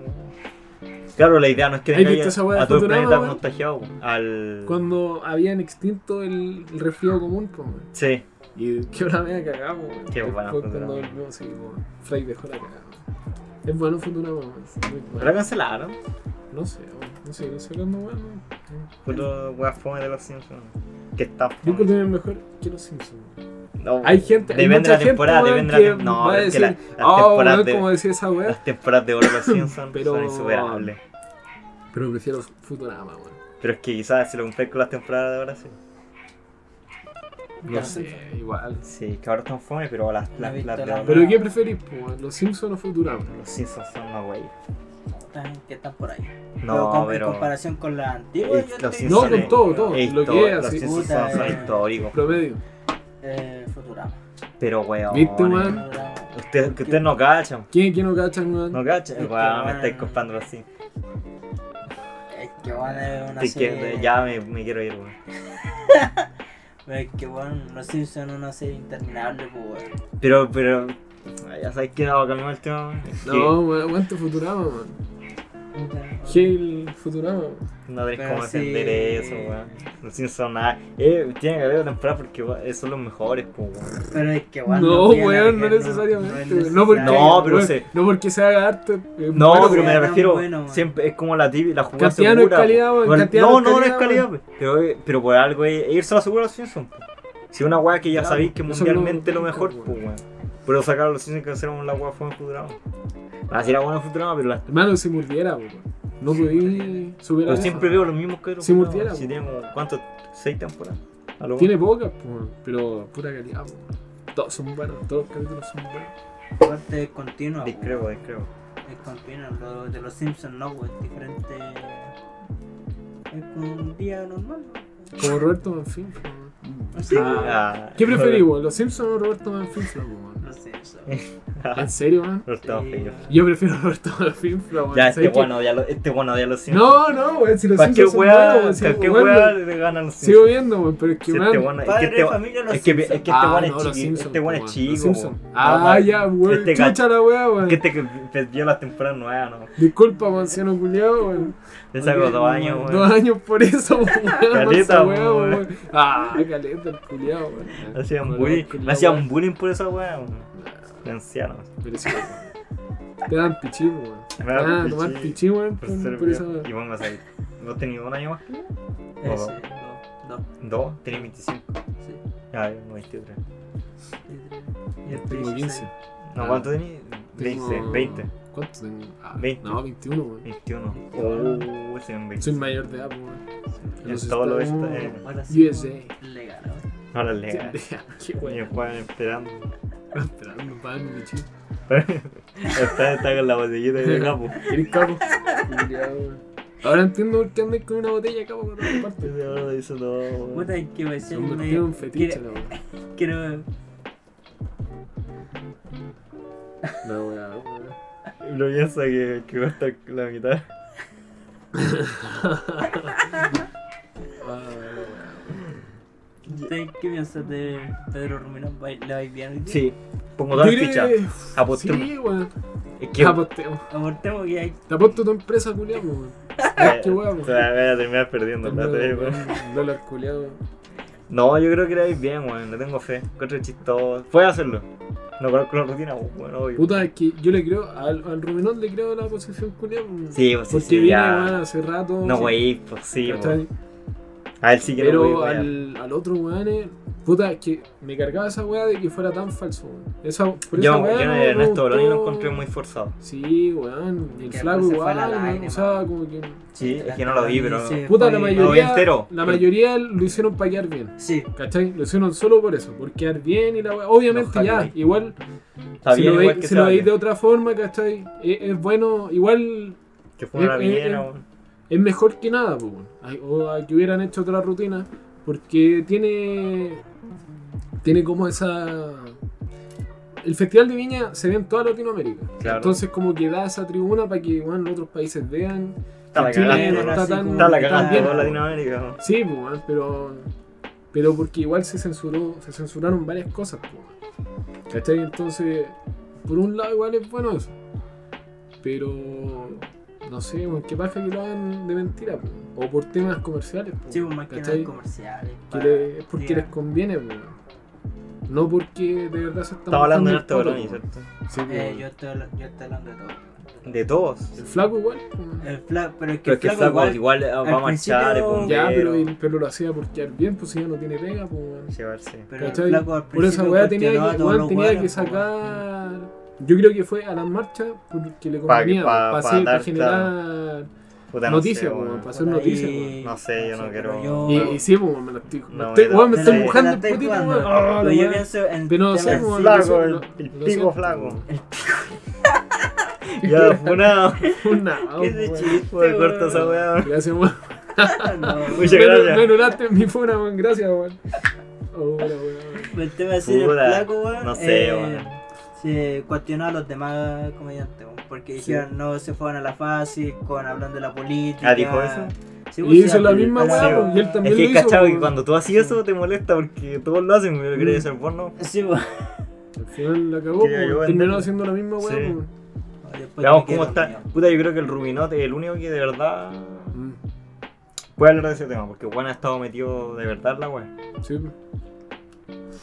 A: Claro, la idea no es que
B: ¿Has
A: venga
B: visto
A: ya
B: esa weá de
A: a todo el
B: Futurama,
A: planeta
B: weón?
A: contagiado. weón. Al.
B: Cuando habían extinto el, el resfriado común, po, weón.
A: Sí.
B: Y [LAUGHS] qué hora me cagamos, weón.
A: Qué
B: Después
A: buena
B: cuando
A: Futurama.
B: volvimos, sí, weón. Fry dejó la cagada. weón. Es bueno Futurama, weón. sí, muy bueno.
A: Pero la cancelaron.
B: No sé, weón. No sé, no sé cuándo, weón.
A: Mm. Puro weá fome de los Simpsons. Que está
B: Yo creo
A: fome.
B: que es mejor que los Simpsons. weón.
A: No,
B: Hay gente, hay
A: Depende
B: mucha
A: de la temporada,
B: gente, weón,
A: depende de la
B: que
A: tem- No,
B: va a
A: pero es que
B: decir,
A: la- las
B: oh,
A: temporadas
B: weón,
A: de-
B: como decía esa
A: [LAUGHS]
B: weá.
A: Las temporadas de oro
B: [LAUGHS]
A: de los Simpsons
B: Pero-
A: son insuperables.
B: Pero prefiero Futurama, weón.
A: Pero es que quizás si lo compré con las temporadas de ahora sí.
B: No sé, igual.
A: Sí, que ahora están fome, pero las, las, las de ahora-
B: ¿Pero qué preferís, po, weón? ¿Los Simpsons o Futurama?
A: Los Simpsons son una wey.
C: Están- Que están por ahí. Pero
A: No,
C: con- En
A: pero.
C: comparación con la
A: eh,
C: antigua. yo
A: Los
C: estoy-
A: Simpsons
B: No, con
A: es-
B: todo, todo.
A: es
B: lo que
A: histo-
B: es,
A: Los
B: así.
A: Simpsons
C: Puta,
A: son, son
C: eh.
A: históricos.
B: Promedio.
C: Eh, Futurama.
A: Pero weón.
B: ¿Viste, weón?
C: Futurama.
A: Ustedes que ustedes no cachan.
B: ¿Quién, quién no cachan, weón?
A: No cachan.
C: Es que,
A: Weón, me
C: weón.
A: estáis comprando así.
C: Es que van a una
A: Así que
C: serie-
A: ya me, me quiero ir, weón.
C: Es que bueno, los Simpsons una serie interminable, pues weón.
A: Pero, pero. ay, Ya sabes que no, cambiamos el tema, weón. Es que-
B: No, weón, aguante Futurama, weón. Hail Futurama. weón.
A: No tenés
C: Pero
A: cómo
C: sí.
A: defender eso, weón. No sin sonar. Eh, tiene que haber temporada porque weón, son los mejores, po, weón.
C: Pero es que, weón.
B: no,
C: voy a
B: weón, no
C: alargar,
B: necesariamente.
C: es
B: weón. No, porque,
C: necesario.
A: No, pero
B: weón,
A: se-
B: no porque se haga arte. es
A: No,
B: bueno,
A: pero
C: sea
A: me
C: tan
A: refiero,
C: bueno, weón.
A: siempre es como la típica, la jugada
B: Cantidad no es
A: segura.
B: calidad, weón,
A: weón.
B: cantidad
A: no,
B: no es
A: no, no es
B: calidad,
A: calidad, weón. pero, eh, pero por algo es es irse a la segura a los Simpsons, po. Si una weá que ya
B: Claro,
A: sabéis que
B: eso es
A: mundialmente es
B: lo
A: lo mejor,
B: bonito,
A: pues weón. Pero sacar a los Simpsons que hacemos la weá fue en Futurama. Ah, sí era buena en Futurama, pero la...
B: Hermano, si muriera, weón. No podí superar.
A: Pero
B: eso.
A: siempre veo los mismos que
B: Si muriera,
A: Si
B: weón.
A: tiene como, ¿cuántos? ¿Seis temporadas? A lo
B: Tiene pocas, po, weón, pero pura calidad, weón. Todos son buenos, todos los capítulos son buenos.
C: Aparte es continua. weón.
A: Discrepo, discrepo.
C: Es continua. Lo de los Simpsons no, weón. Es diferente. Es como un día normal. weón.
B: Como Roberto Manfin. po, weón.
C: Sí,
B: Ah,
A: Ah,
B: ¿Qué
A: [LAUGHS]
B: preferís, weón? ¿Los Simpsons o Roberto Manfinfla, weón?
C: pues, No sé, eso.
A: Ah,
B: ¿En serio, weón?
A: Los estaba
C: Sí.
A: feos.
B: Yo prefiero Roberto Manfinfla, weón.
A: Ya,
B: ¿Sabes
A: este
B: qué?
A: bueno, ya lo, este bueno ya lo siento.
B: No, no, weón, si los
A: cualquier
B: Simpsons son buenos,
A: weá,
B: weón. sigo
A: cualquier
B: jugando.
A: weá le gana a los
B: Sigo
A: Simpsons.
B: viendo, weón, pero es que,
A: Si este
B: weón,
A: bueno- es que
C: Padre
A: este
C: de
A: bueno-
C: familia, los
A: es que, es que
C: Simpsons.
A: este
B: Ah,
A: bueno
B: no,
A: es
B: los
A: chiquito,
B: Simpsons,
A: este bueno es
B: po, weón, los
A: chico.
B: Simpsons.
A: weón.
B: Ah, ya, weón.
A: Este gato-
B: chucha la weá, weón.
A: Que este que perdió las temporadas nuevas, ¿no?
B: Disculpa, anciano culiado, weón.
A: Le sacó
C: Oye,
A: dos años,
C: no,
B: Dos [LAUGHS]
A: weón.
B: años por eso, weón. por
A: Caleta,
B: esa weá,
A: weón.
B: weón. Ah, caleta el culiado, weón.
A: Hacían
B: Color,
A: bullying,
B: culiao,
A: me hacían
B: weón.
A: bullying por esa weá, weón. De anciano.
B: Merecido, weón. Te dan pichí, weón. Te
A: Me dan
B: van a
A: pichí
B: tomar pichí, weón,
A: Por
B: Ah, por,
A: ser
B: por esa
A: viejo.
B: weá.
A: Y vos me vas a ir. ¿Vos tenías un año más?
C: Ese, no, no,
A: ¿Dos? ¿Tenías 25?
C: sí.
A: Ah, yo 23.
C: Y el
B: Tengo 15.
A: No,
B: Ah.
A: ¿cuánto tenías? 20,
B: Tengo-
A: 20,
B: ¿Cuánto tengo? Ah,
A: 20.
B: No, 21, weón.
A: 21.
C: Oh.
A: Oh, se ven 20.
B: Soy mayor de edad, weón.
A: En todo lo
B: Estados-
A: esta- eh,
C: Ahora sí, pues,
B: USA.
C: le ganó.
B: Oh,
A: Ahora le ganas.
B: [LAUGHS] Qué
A: Y
B: weón.
A: juegan esperando.
B: Esperando, pagan mi pichí.
A: está, está con la botellita
B: [LAUGHS]
A: de capo.
B: ¿Eres capo? Culiao, weón. Ahora entiendo por qué andas con una botella capo por todas partes.
A: Ese ahora dice no.
C: Puta, es que me
B: Se
C: decía que me-
B: convirtió en un fetiche
C: quiere-
B: la weá.
C: Quiero.
B: La weá, weón.
A: Lo piensa que, que va a estar la mitad.
B: Ah, la weá.
C: ¿Ustedes qué piensas de Pedro Ruminón? ¿Vai- ¿Le vais bien?
A: Sí, pongo todas
B: Yo
A: las fichas.
B: iré-
A: Apostemos.
B: Sí, Ah, pues, weón.
A: Es que.
B: Apostemos.
C: Abortemos que hay.
B: Te apuesto tu empresa, culiao, weón.
A: eh,
B: qué huevo.
A: te la voy a terminar perdiendo. la tele, weón.
B: Un Dólar culiao.
A: No, yo creo que era bien, weón. No tengo fe. Encuentro chistoso. Puedes hacerlo. No conozco la rutina, weón, obvio.
B: Puta, es que yo le creo, al, al Ruminón le creo la posición culiao. weón.
A: Sí, pues sí,
B: Porque
A: sí,
B: viene,
A: ya.
B: weón, hace rato.
A: No,
B: sí,
A: wey, pues sí,
B: ¿cachai?
A: weón. A él sí que no
B: Pero
A: voy, weón.
B: al, al otro weón, eh, puta, es que me cargaba esa weá de que fuera tan falso, weón. Esa, por esa
A: Yo,
B: weá
A: yo
B: no-
A: a
B: no
A: Ernesto Boloni lo
B: gustó.
A: encontré muy forzado.
B: Sí, weón, y el
C: Que
B: flaco
C: después se
B: igual,
C: fue a la
B: weón,
C: lágrima.
B: o sea, como que...
A: Sí, es que no lo vi, pero.
C: Sí,
B: Puta,
C: fue-
B: la
A: Lo vi
B: mayoría,
A: entero.
B: la mayoría lo hicieron para quedar bien,
C: Sí,
B: ¿cachai? Lo hicieron solo por eso, por quedar bien y la weá. Obviamente
A: No,
B: ya,
A: Hathaway.
B: igual,
A: Está
B: si
A: bien,
B: lo,
A: igual
B: veis-
A: que
B: si
A: se
B: lo
A: va
B: veis de
A: bien.
B: otra forma, ¿cachai? Es, es bueno, igual
A: Que fue una
B: Eh, eh,
A: viñera,
B: eh.
A: weón.
B: es mejor que nada, po, weón. Ay, o a que hubieran hecho otra rutina, porque tiene tiene como esa el Festival de Viña se ve en toda Latinoamérica.
A: Claro.
B: Entonces como que da esa tribuna para que bueno, otros países vean.
A: Está la
B: Chile
A: cagada.
C: cagaste,
B: no
C: weón,
B: está
C: así
B: tan,
C: como-
A: Está la
B: tan
A: cagada
B: bien.
A: en toda Latinoamérica, weón.
B: Sí, po, weón, pero pero porque igual se censuró, se censuraron varias cosas, po, weón. ¿Cachai? Entonces, por un lado igual es bueno eso. Pero no sé, weón, qué pasa que lo hagan de mentira, po, o por temas comerciales, po,
C: sí, pues, más que nada
B: ¿cachai?
C: comerciales.
B: Que
C: para-
B: le- es porque
C: sí,
B: les conviene, po, weón. no porque de verdad se están
A: Estaba hablando de Ernesto
B: mojando el poto,
A: Boloni,
B: po,
A: ¿cierto?
B: weón. Sí, po,
C: Eh,
B: weón.
C: yo, estoy, habla- yo estoy hablando de todo.
A: De todos.
B: El flaco igual, po, weón.
C: El flaco, pero es que
A: Pero
C: el
A: es que
C: flaco,
A: Flaco
C: igual,
A: igual eh, va a marchar y
C: principio-
A: bombero.
B: ya, pero, el- pero lo hacía por quedar bien, pues si ya no tiene pega, po, weón.
A: Llevarse.
C: Pero el
B: ¿Cachai?
C: flaco al
B: Por esa
C: principio
B: weá tenía que,
C: cuestionó a todos
B: weón,
C: los
B: tenía
C: weones,
B: que
C: po, weón.
B: sacar. Yo creo que fue a las marchas porque le
A: Pa-
B: convenía
A: pa-
B: para
A: pa
B: hacer- pa
A: dar,
B: generar
A: Puta, no sé,
B: noticias,
A: weón.
B: para hacer
C: Por ahí-
B: noticias. weón.
A: No sé, yo no
C: Sí,
A: quiero-
C: pero yo-
B: Y,
A: no.
B: y sí, weón, me la estoy. me
A: No,
B: estoy-
A: me la-
B: weón, me
C: Te
B: estoy
C: la-
B: mojando
C: te
B: el
C: la estoy
B: putito,
C: jugando.
B: weón. Ah,
C: Pero yo
B: weón.
C: pienso en
B: Pero no sé,
C: temas-
B: weón.
A: flaco,
B: lo siento,
A: el-
B: lo-
A: el pico
B: lo siento. [LAUGHS]
A: flaco. Ya, funado.
B: Una,
C: ¿Qué es de
B: Oh, weón.
C: chiste,
A: Weón, corta esa
C: weón?
A: weá. weón.
B: Gracias, weón.
A: [LAUGHS]
C: No.
A: Muchas
B: Me-
A: gracias.
B: Me anulaste en mi funa, weón. Gracias, weón. Oh, weón, weón.
C: El tema de ser el
A: Puta,
C: flaco, weón.
A: no sé,
C: eh,
A: weón.
C: Se cuestionó a los demás comediantes, weón, Porque dijeron, no se fueron a la fácil con hablando de la política.
A: Ah, ¿dijo eso?
C: Sí,
B: Y
C: pues, sí,
B: hizo la
C: habló-
B: misma
C: habló-
A: weá,
B: pues, y él también-
A: Es que
B: lo
A: he
B: hizo,
A: cachado que
B: weón.
A: cuando tú haces eso te molesta porque todos lo hacen, pero querés ser porno.
C: Sí, pues, weón.
B: Al final la cagó,
A: Quería yo
B: weón.
A: venderlo.
B: Terminó haciendo la misma weón.
A: Sí.
B: weón.
C: Oye, después
A: Veamos
C: me
A: cómo
C: quedo
A: está.
C: dormido.
A: Puta, yo creo que el Rubinote es el único que de verdad
B: Mm,
A: puede hablar de ese tema, porque Juan ha estado metido de verdad en la wea.
B: sí, pues.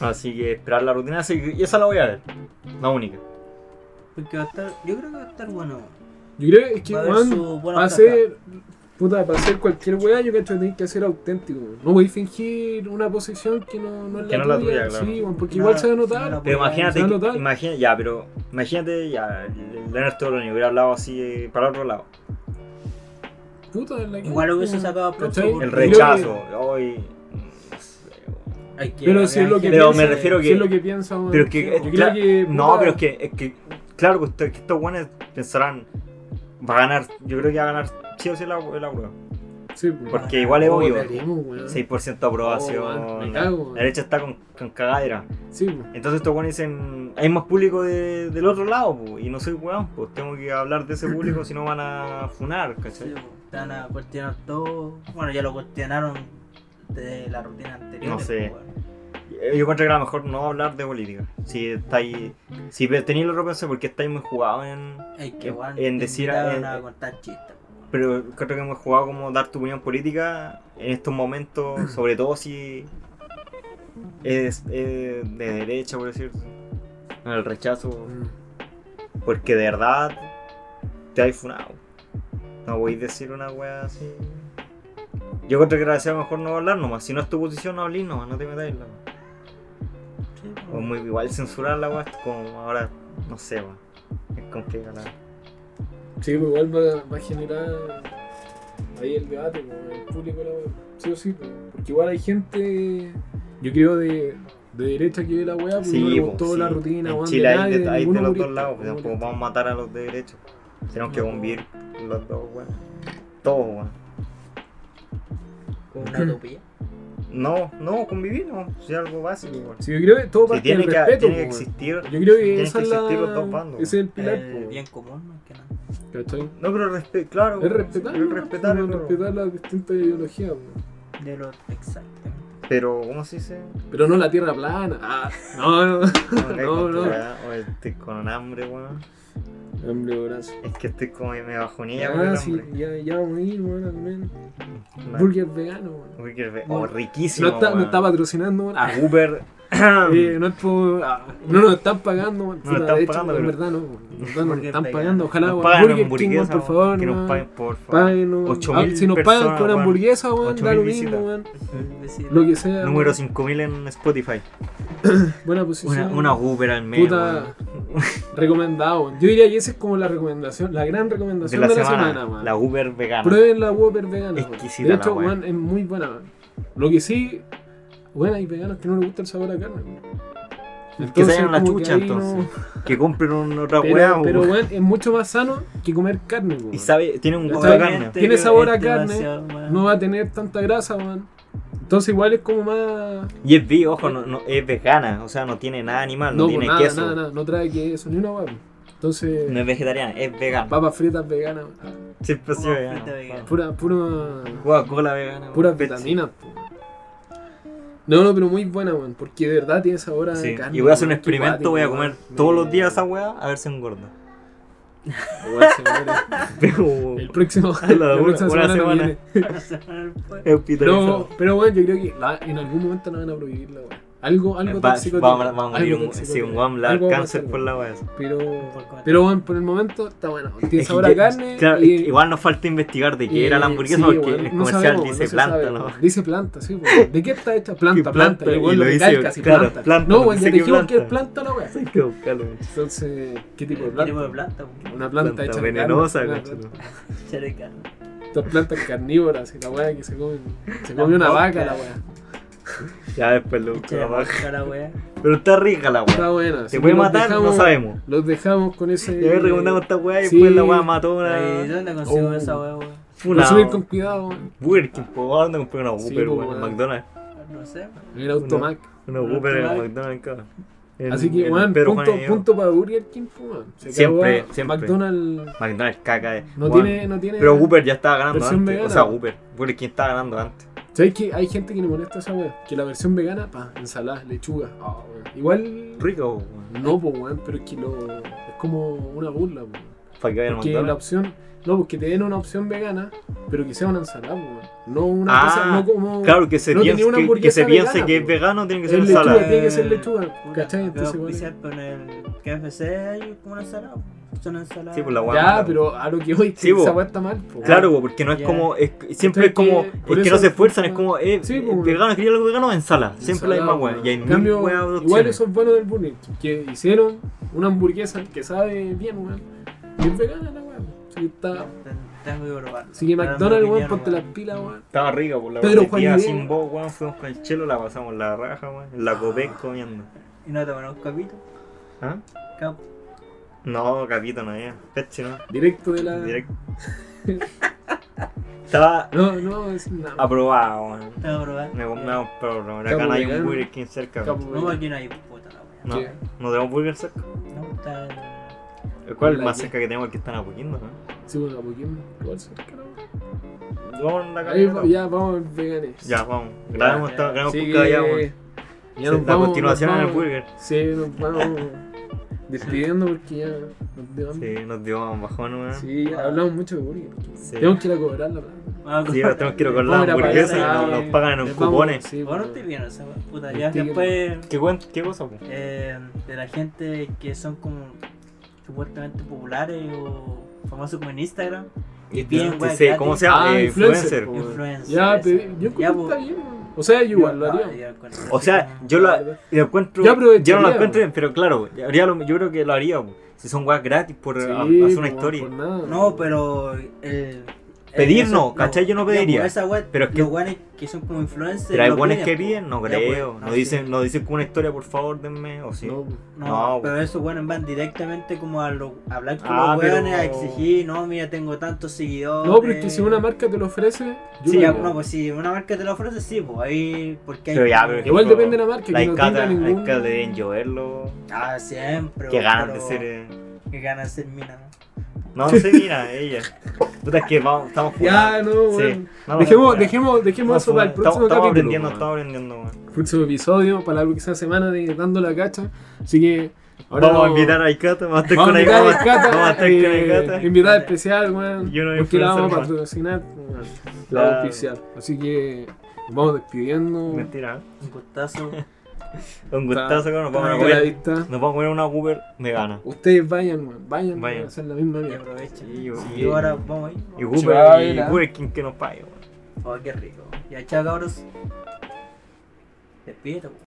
A: Así que esperar la rutina, así que- y esa la voy a ver. La única.
C: Porque va a estar, yo creo que va a estar bueno.
B: Yo creo es que,
C: Va a haber
B: weón,
C: su buena
B: para
C: oferta.
B: hacer, puta, para hacer cualquier weá, yo creo que tenés que ser auténtico. weón. No voy a fingir una posición que no, no es la
A: Que no es la
B: tuya.
A: tuya, claro.
B: Sí, weón, porque
C: No,
B: igual se va a
C: no
B: notar.
A: Pero
C: la- Bueno,
A: imagínate,
B: ya
A: que-
B: total.
A: imagina, ya, pero imagínate, ya, Leonard Toloni hubiera hablado así eh, para otro lado.
B: puta, en la que-
C: Igual hubiese
B: weón.
C: sacado pronto.
B: ¿Cachai?
A: El
B: Yo creo que-
A: rechazo, hoy. no sé, weón.
C: Hay que-
B: Pero
C: hay
B: si es lo que
A: Pero me
B: piensa, eh.
A: refiero
B: si
A: que-
B: es lo que piensa, weón.
A: Pero es que,
B: Yo
A: eh,
B: creo
A: cla-
B: que,
A: no,
B: puta,
A: pero es que, es que claro, que, usted- que estos buenos pensarán, va a ganar, yo creo que va a ganar sí o sí la, la prueba.
B: Sí, pues.
A: Porque igual es
B: Oh,
A: obvio,
B: veremos, weón.
A: 6% de aprobación,
B: Oh, man, me cago.
A: la derecha está con, con cagadera.
B: Sí, pues.
A: Entonces estos buenos dicen, hay más público de- del otro lado, po, y no soy weón, pues tengo que hablar de ese público si no van a funar,
C: Sí,
A: ¿cachai?
C: pues, te van a cuestionar todo. Bueno, ya lo cuestionaron de la rutina anterior.
A: No sé.
C: pues,
A: Yo encuentro que a lo mejor no hablar de política. Si estáis, si tenéis la otra porque estáis muy jugados en...
C: weón. Es que,
A: En-
C: weón,
A: en
C: te
A: decir-
C: invitaron
A: en-
C: a contar chistes. pues, weón.
A: Pero creo que hemos jugado como dar tu opinión política en estos momentos, sobre todo si es, es de derecha, por decir, en el rechazo,
B: Mm.
A: porque de verdad te has funado. No voy a decir una wea así. Yo creo que gracias a mejor no hablar nomás, si no es tu posición no hablís nomás, no te metáis. la wea.
C: Sí, pues,
A: O muy igual censurar la wea, es como ahora, no sé, wea. es complicado.
B: Sí, pues igual va, va a generar ahí el debate con el público, la weá. Sí o sí, pues, porque igual hay gente, yo creo, de, de derecha que ve la weá, pues no le
A: po,
B: gustó la rutina,
A: En
B: weón,
A: Chile hay
B: nadie,
A: de, hay de
B: ninguno
A: los dos
B: humorista,
A: lados, pues,
B: ninguno
A: tampoco vamos a matar a los de derecho. Tenemos que
B: No.
A: convivir los dos, weón. Todos, weón.
C: como una utopía.
A: No, no, convivir, no. pues, Si es algo básico, weón.
B: humorista. Sí, yo creo que todo
A: Si
B: parte
A: tiene
B: del
A: que,
B: respeto,
A: tiene que
B: po, weón.
A: existir.
B: Yo creo que
A: tienen
B: esa
A: que
B: es la,
A: existir los dos bandos, Eh,
B: ese es el pilar,
C: El
B: po,
C: bien común, más que nada.
B: ¿cachai?
A: No, pero respeto, claro.
B: Es
A: weón,
B: respetar,
A: el
B: ¿no?
A: respetar,
B: Como
A: claro.
B: respetar las distintas ideologías, pues. weón.
C: De lo exactamente.
A: Pero, ¿cómo se dice?
B: Pero no la tierra plana. Ah, no, [LAUGHS] no. No, no.
A: O estoy con hambre, weón.
B: Hombre, brazo.
A: Es que estoy como me bajonía, weón.
B: Ya, Ah, sí,
A: hambre.
B: ya, ya vamos a ir, weón, a comer.
A: Una-
B: Burger vegano, weón.
A: burger ve- Oh, riquísimo.
B: No está,
A: weón. Ah.
B: no está patrocinando, weón.
A: A Uber.
B: [LAUGHS] Eh, no, es por- ah, no nos están pagando, weón.
A: No nos
B: Puta,
A: están
B: de hecho,
A: pagando,
B: en
A: pero-
B: verdad no. En verdad no nos
C: Burger
B: están
C: vegano.
B: pagando. Ojalá,
A: Nos
B: weón,
A: pagan una
B: Burger King, weón,
A: hamburguesa,
B: por favor.
A: Que
B: no,
A: nos paguen, por favor.
B: paguen, weón.
A: 8.000
B: Ah, si nos pagan
A: personas,
B: con
A: weón.
B: hamburguesa, weón, da
A: 8.000
B: lo
A: visitas.
B: mismo, weón.
C: Decir,
B: Lo que sea.
A: Número
B: weón.
A: 5000 en Spotify.
B: Buena
A: Una,
B: posición.
A: una Uber al mes.
B: Puta. Recomendado, weón. Yo diría que esa es como la recomendación, la gran
A: weón. De
B: recomendación
A: la
B: de la,
A: semana.
B: weón.
A: la Uber vegana.
B: Prueben la Whopper vegana. weón.
A: Exquisita
B: De hecho,
A: la weá.
B: weón, es muy buena. weón. Lo que sí, weón, hay veganos que no les gusta el sabor a carne. weón.
A: que se vayan a la
B: como que
A: chucha,
B: ahí
A: entonces. [LAUGHS]
B: no-
A: Que compren una otra
B: Pero,
A: weá.
B: pero,
A: weón.
B: weón, es mucho más sano que comer carne, weón.
A: y sabe, tiene un
B: Ya
A: gusto de
B: sabe.
A: carne.
B: Tiene sabor a
C: Este va
B: carne,
C: ser, weón. [LAUGHS]
B: No va a tener tanta grasa, weón. Entonces igual es como más...
A: Y es vi, ojo, no, no- es vegana. O sea, no tiene nada animal, no,
B: No, pues,
A: tiene
B: nada,
A: queso.
B: nada, nada. No trae queso, ni una weón. Entonces,
A: No es vegetariana, es vegana.
B: papas fritas veganas, weón.
A: Siempre ha sido
C: Como
A: vegana.
C: frita vegana.
B: pura, pura,
A: Coca-Cola vegana.
B: puras
A: Pepsi.
B: vitaminas, po. No, no, pero muy buena, weón, porque de verdad tiene sabor a
A: Sí,
B: carne.
A: Y voy a hacer un
B: weón, qué
A: experimento, voy a
B: cuático,
A: comer
B: weón.
A: todos los
B: Me-
A: días esa weá a ver si engordo. [LAUGHS]
B: Igual se muere.
A: Pero.
B: El próximo.
A: A [LAUGHS] la
B: [LAUGHS] la
A: una-
B: próxima
A: una
B: semana no
A: semana.
B: viene.
A: es
B: Pero,
A: hospitalizado.
B: pero bueno, yo creo que la- en algún momento no van a prohibir la weá. Algo, algo
A: Eh, Va-
B: tóxico.
A: va- va
B: tiene,
A: a morir
B: algo
A: un,
B: tóxico
A: si un
B: tiene,
A: guam le da
B: algo va a
A: cáncer
B: pasar,
A: por la weá.
B: Pero,
C: Por-
B: pero bueno, por el momento está bueno. Tiene
A: Es que
B: sabor
A: ya-
B: a carne.
A: Claro,
B: y-
A: es que igual nos falta investigar de qué
B: y-
A: era la hamburguesa
B: Eh, sí,
A: porque
B: weón,
A: el
B: no
A: comercial
B: sabemos,
A: dice
B: no se
A: planta,
B: sabe,
A: ¿no? [LAUGHS]
B: weón. Dice planta, sí, weón. ¿De qué está hecha? Planta, planta.
A: planta,
B: Y
A: y
B: igual lo
A: lo dice,
B: recalca, sí,
A: claro,
B: planta.
A: planta,
B: No, weón,
A: dice
B: ya
A: que
B: dijimos que es
A: planta.
B: planta la weá.
A: Hay que buscarlo. weón.
B: Entonces, ¿qué tipo de
C: ¿Qué tipo de
B: planta?
C: planta? pues? weón?
B: Una planta,
A: Planta
B: hecha de
A: venenosa,
B: carne, una
A: concha,
B: planta-
A: ¿no?
C: Ser de carne.
B: Estas plantas carnívoras y la weá que se come. Se
C: La
B: come una
C: mosca.
B: vaca la weá.
A: Ya después lo
C: Echa de
A: buscamos.
C: mosca la weá.
A: Pero está rica la weá.
B: Está buena.
A: Te puede matar, no sabemos.
B: Los dejamos con ese.
A: Y ahí preguntamos esta weá y
B: eh, sí.
A: después la weá mató
C: Ay,
A: una.
C: ¿Dónde consigo
B: Oh.
C: esa weá, weón?
B: Para
A: Una.
B: subir con cuidado, weón.
A: Burger King, po, ¿a ¿dónde compré una
B: Sí,
A: Whopper,
B: po,
A: weón? En
B: weón.
A: McDonald's.
C: No sé, pues, weón.
B: El automac.
A: Una
C: Una
A: Whopper en el
C: Whopper.
A: McDonald's, cabrón. En-
B: Así que,
A: en
B: weón,
A: Pedro
B: punto,
A: Juan y yo.
B: punto para Burger King, po, weón. Se
A: Siempre,
B: acabó.
A: siempre.
B: McDonald's
A: McDonald's caca de.
B: no
A: weón.
B: tiene, no tiene.
A: Pero Whopper ya estaba ganando
B: versión
A: antes. O
B: vegana.
A: sea, Whopper. Burger King estaba ganando antes.
B: ¿Sabes que hay gente que le molesta esa weá? Que la versión vegana, pa, ensalada, lechuga. Ah, weón. Igual.
A: Rico, weón.
B: No, po, weón, pero es que lo. Es como una burla, po.
A: Para que vayan a
B: Porque la
A: McDonald's.
B: opción. No, porque te den una opción vegana, pero que sea una ensalada, po, weón. No una
A: Ah,
B: cosa, no como.
A: Claro, que se
B: No tenía
A: piense,
B: una
A: que, que se
B: hamburguesa
A: piense
B: vegana,
A: que es
B: po.
A: vegano, tiene que
B: Es
A: ser
B: lechuga,
A: ensalada.
B: tiene que ser lechuga, ¿cachai?
C: Puta,
B: Entonces,
C: creo
B: weón.
C: que sea con el KFC hay como una ensalada. Son ensaladas.
A: Sí, pues la guay.
B: Ya, pero a lo que hoy
A: Sí, po.
B: esa weá está mal, po.
A: Claro, po, porque no es
C: Ya.
A: como. es- siempre es
B: que-
A: como.
B: por
A: es que no
B: eso-
A: se esfuerzan, es como. Eh,
B: Sí,
A: eh,
B: po, weón.
A: vegano, quería algo vegano, ensalada. Siempre la
B: Ensalada,
A: misma weá.
B: weón.
A: Y hay
B: En
A: mil
B: cambio,
A: weas de
B: Igual
A: opciones.
B: eso es bueno del burger, que hicieron una hamburguesa que sabe bien, weón. Y es vegana la weón. Así que está.
C: Tengo que probarlo.
A: Ah,
B: Así que
C: Pero no
B: McDonald's, weón,
C: opinión,
B: ponte las pilas, weón.
A: Estaba rica por la
B: Pedro
A: verdad, que iba
B: Juan
A: sin
B: Diego.
A: vos, weón, fuimos con el chelo, la pasamos la raja, weón. en
B: Ah.
A: La copé comiendo.
C: Y no te conozco capito.
A: ¿Ah?
C: Cap.
A: No, capito no había. Peche, no.
B: Directo de la.
A: Directo. Estaba
B: No, no voy a decir nada.
A: Ah, aprobado, weón.
C: Te voy a probar. Eh,
A: Me
C: Ya.
A: compramos un perro, acá
B: Capo
A: no hay un
B: vegano.
A: burger aquí cerca.
B: Capo
A: weón.
C: No, aquí no hay puta la wea.
A: No,
B: ¿Qué?
A: no tenemos burger cerca.
C: No, está. en-
A: ¿El cuál es
B: La
A: más
B: que-
A: cerca que tenemos el que están apoyando, no?
B: Sí, bueno, Pokémon. Igual cerca, la weón.
A: Vamos a la
B: Ahí va-
A: camioneta.
B: Ya, vamos al vegane.
A: Ya, vamos. Grabemos
C: Ya,
A: esta,
C: ya.
A: grabemos
B: Así
A: podcast allá,
B: que-
A: weón.
B: Ya nos
A: La
B: vamos,
A: continuación
B: nos
A: en el
B: vamos.
A: burger.
B: Sí, nos vamos despidiendo porque ya nos dio hambre.
A: Sí, nos dio un bajón, weón. Sí,
B: Sí, hablamos mucho de burger.
A: Sí.
B: Tenemos que ir a cobrar la plata.
C: Vamos a
A: ahora tenemos que ir a con la
B: Vamos a ir a
A: hamburguesa
B: pagar,
A: y nos,
C: eh,
A: nos pagan en
B: Les
A: los
B: vamos-
A: cupones.
B: sí,
C: Bueno,
B: bueno.
C: estoy bien, o sea, puta,
B: El
C: ya
B: tigre.
C: después.
A: ¿Qué, cuen- ¿Qué cosa, weón?
C: eh, de la gente que son como supuestamente populares o famosos como en Instagram.
A: Y
C: piden,
A: bien,
C: weá,
A: sí,
C: gratis.
A: ¿Cómo se llama?
B: Ah,
A: Eh,
B: influencer,
A: influencer.
B: po.
C: Influencers.
B: Ya, pero yo
C: Ya,
B: creo que
C: po.
B: está bien. weón. O sea, yo igual lo
C: Yo-
B: haría.
C: ah, yo con-
A: O sea, yo
C: no,
A: la, la encuentro.
B: Yo
A: yo no
B: aprovecharía,
A: la encuentro bien, pero claro, haría lo- yo creo que lo haría. weón. Si son weas gratis por
B: Sí,
A: a- hacer
B: po,
A: una historia.
B: por nada.
C: No, pero. El,
A: Pedir
C: el-
A: no, ¿cachai? Yo no pediría.
C: Ya, pues, esa wea,
A: Pero
C: pero
A: es que-
C: que. Los guanes que son como influencers.
A: Pero hay
C: lo
A: buenas que
C: po.
A: piden, no
C: Ya,
A: creo.
C: pues,
A: no, dicen,
C: sí.
A: no dicen con una historia, por favor, denme. O sí.
B: No, po.
C: No,
A: No,
C: pero esos buenos van directamente como a, lo- a hablar con
A: Ah,
C: los weones, a
A: pero-
C: exigir, no, mira, tengo tantos seguidores.
B: No, pero es que si una marca te lo ofrece, yo
C: Sí,
B: lo
C: ya,
B: haría.
C: no, pues si una marca te lo ofrece, sí, pues ahí. Porque hay.
A: Pero ya,
C: como-
A: pero-
B: Igual
A: Tipo,
B: depende de la marca,
A: La
B: que no tenga
A: escala
B: ningún...
A: deben lloverlo.
C: Ah, siempre.
A: Que
C: pues,
A: ganas de
C: pero-
A: ser. eh.
C: Que ganas de ser mina, ¿no?
A: No, no sé, mira, ella. Puta, es que vamos, estamos
B: Ya, no,
A: Sí.
B: bueno.
A: Vamos
B: Dejemos,
A: a-
B: dejemos, dejemos
A: Estamos
B: eso para el
A: fumando. Estamos-
B: próximo
A: Estamos
B: capítulo.
A: aprendiendo,
B: po,
A: estamos aprendiendo, weón.
B: weón. Próximo episodio para la próxima semana de Dando la Cacha. Así que ahora
A: Vamos a invitar a Icata, vamos a estar
B: Vamos
A: con
B: a invitar a
A: Icata.
B: Cata,
A: Vamos a este. estar con Icata.
B: eh, invitada especial, weón.
A: Yo no voy a
B: porque la vamos a
A: influencer,
B: patrocinar, weón. La
A: Claro.
B: vamos a oficial. Así que nos vamos despidiendo.
A: Mentira. ¿eh?
C: Un
A: [LAUGHS]
C: gustazo.
A: Un gustazo, cabrón, nos vamos a
B: Hasta la
A: comer.
B: vista.
A: Nos vamos a comer una Uber vegana.
B: Ustedes vayan, weón. Vayan,
A: Vayan.
B: weón, a hacer la misma
C: Y
B: mierda.
C: aprovechen.
A: Sí, yo-
C: Y ahora vamos ahí.
A: Y
B: Chao,
A: Uber, y
B: vela.
A: Uber King que nos pague, weón.
C: Oh, qué rico. Ya, chao, cabros. Despídete, pues.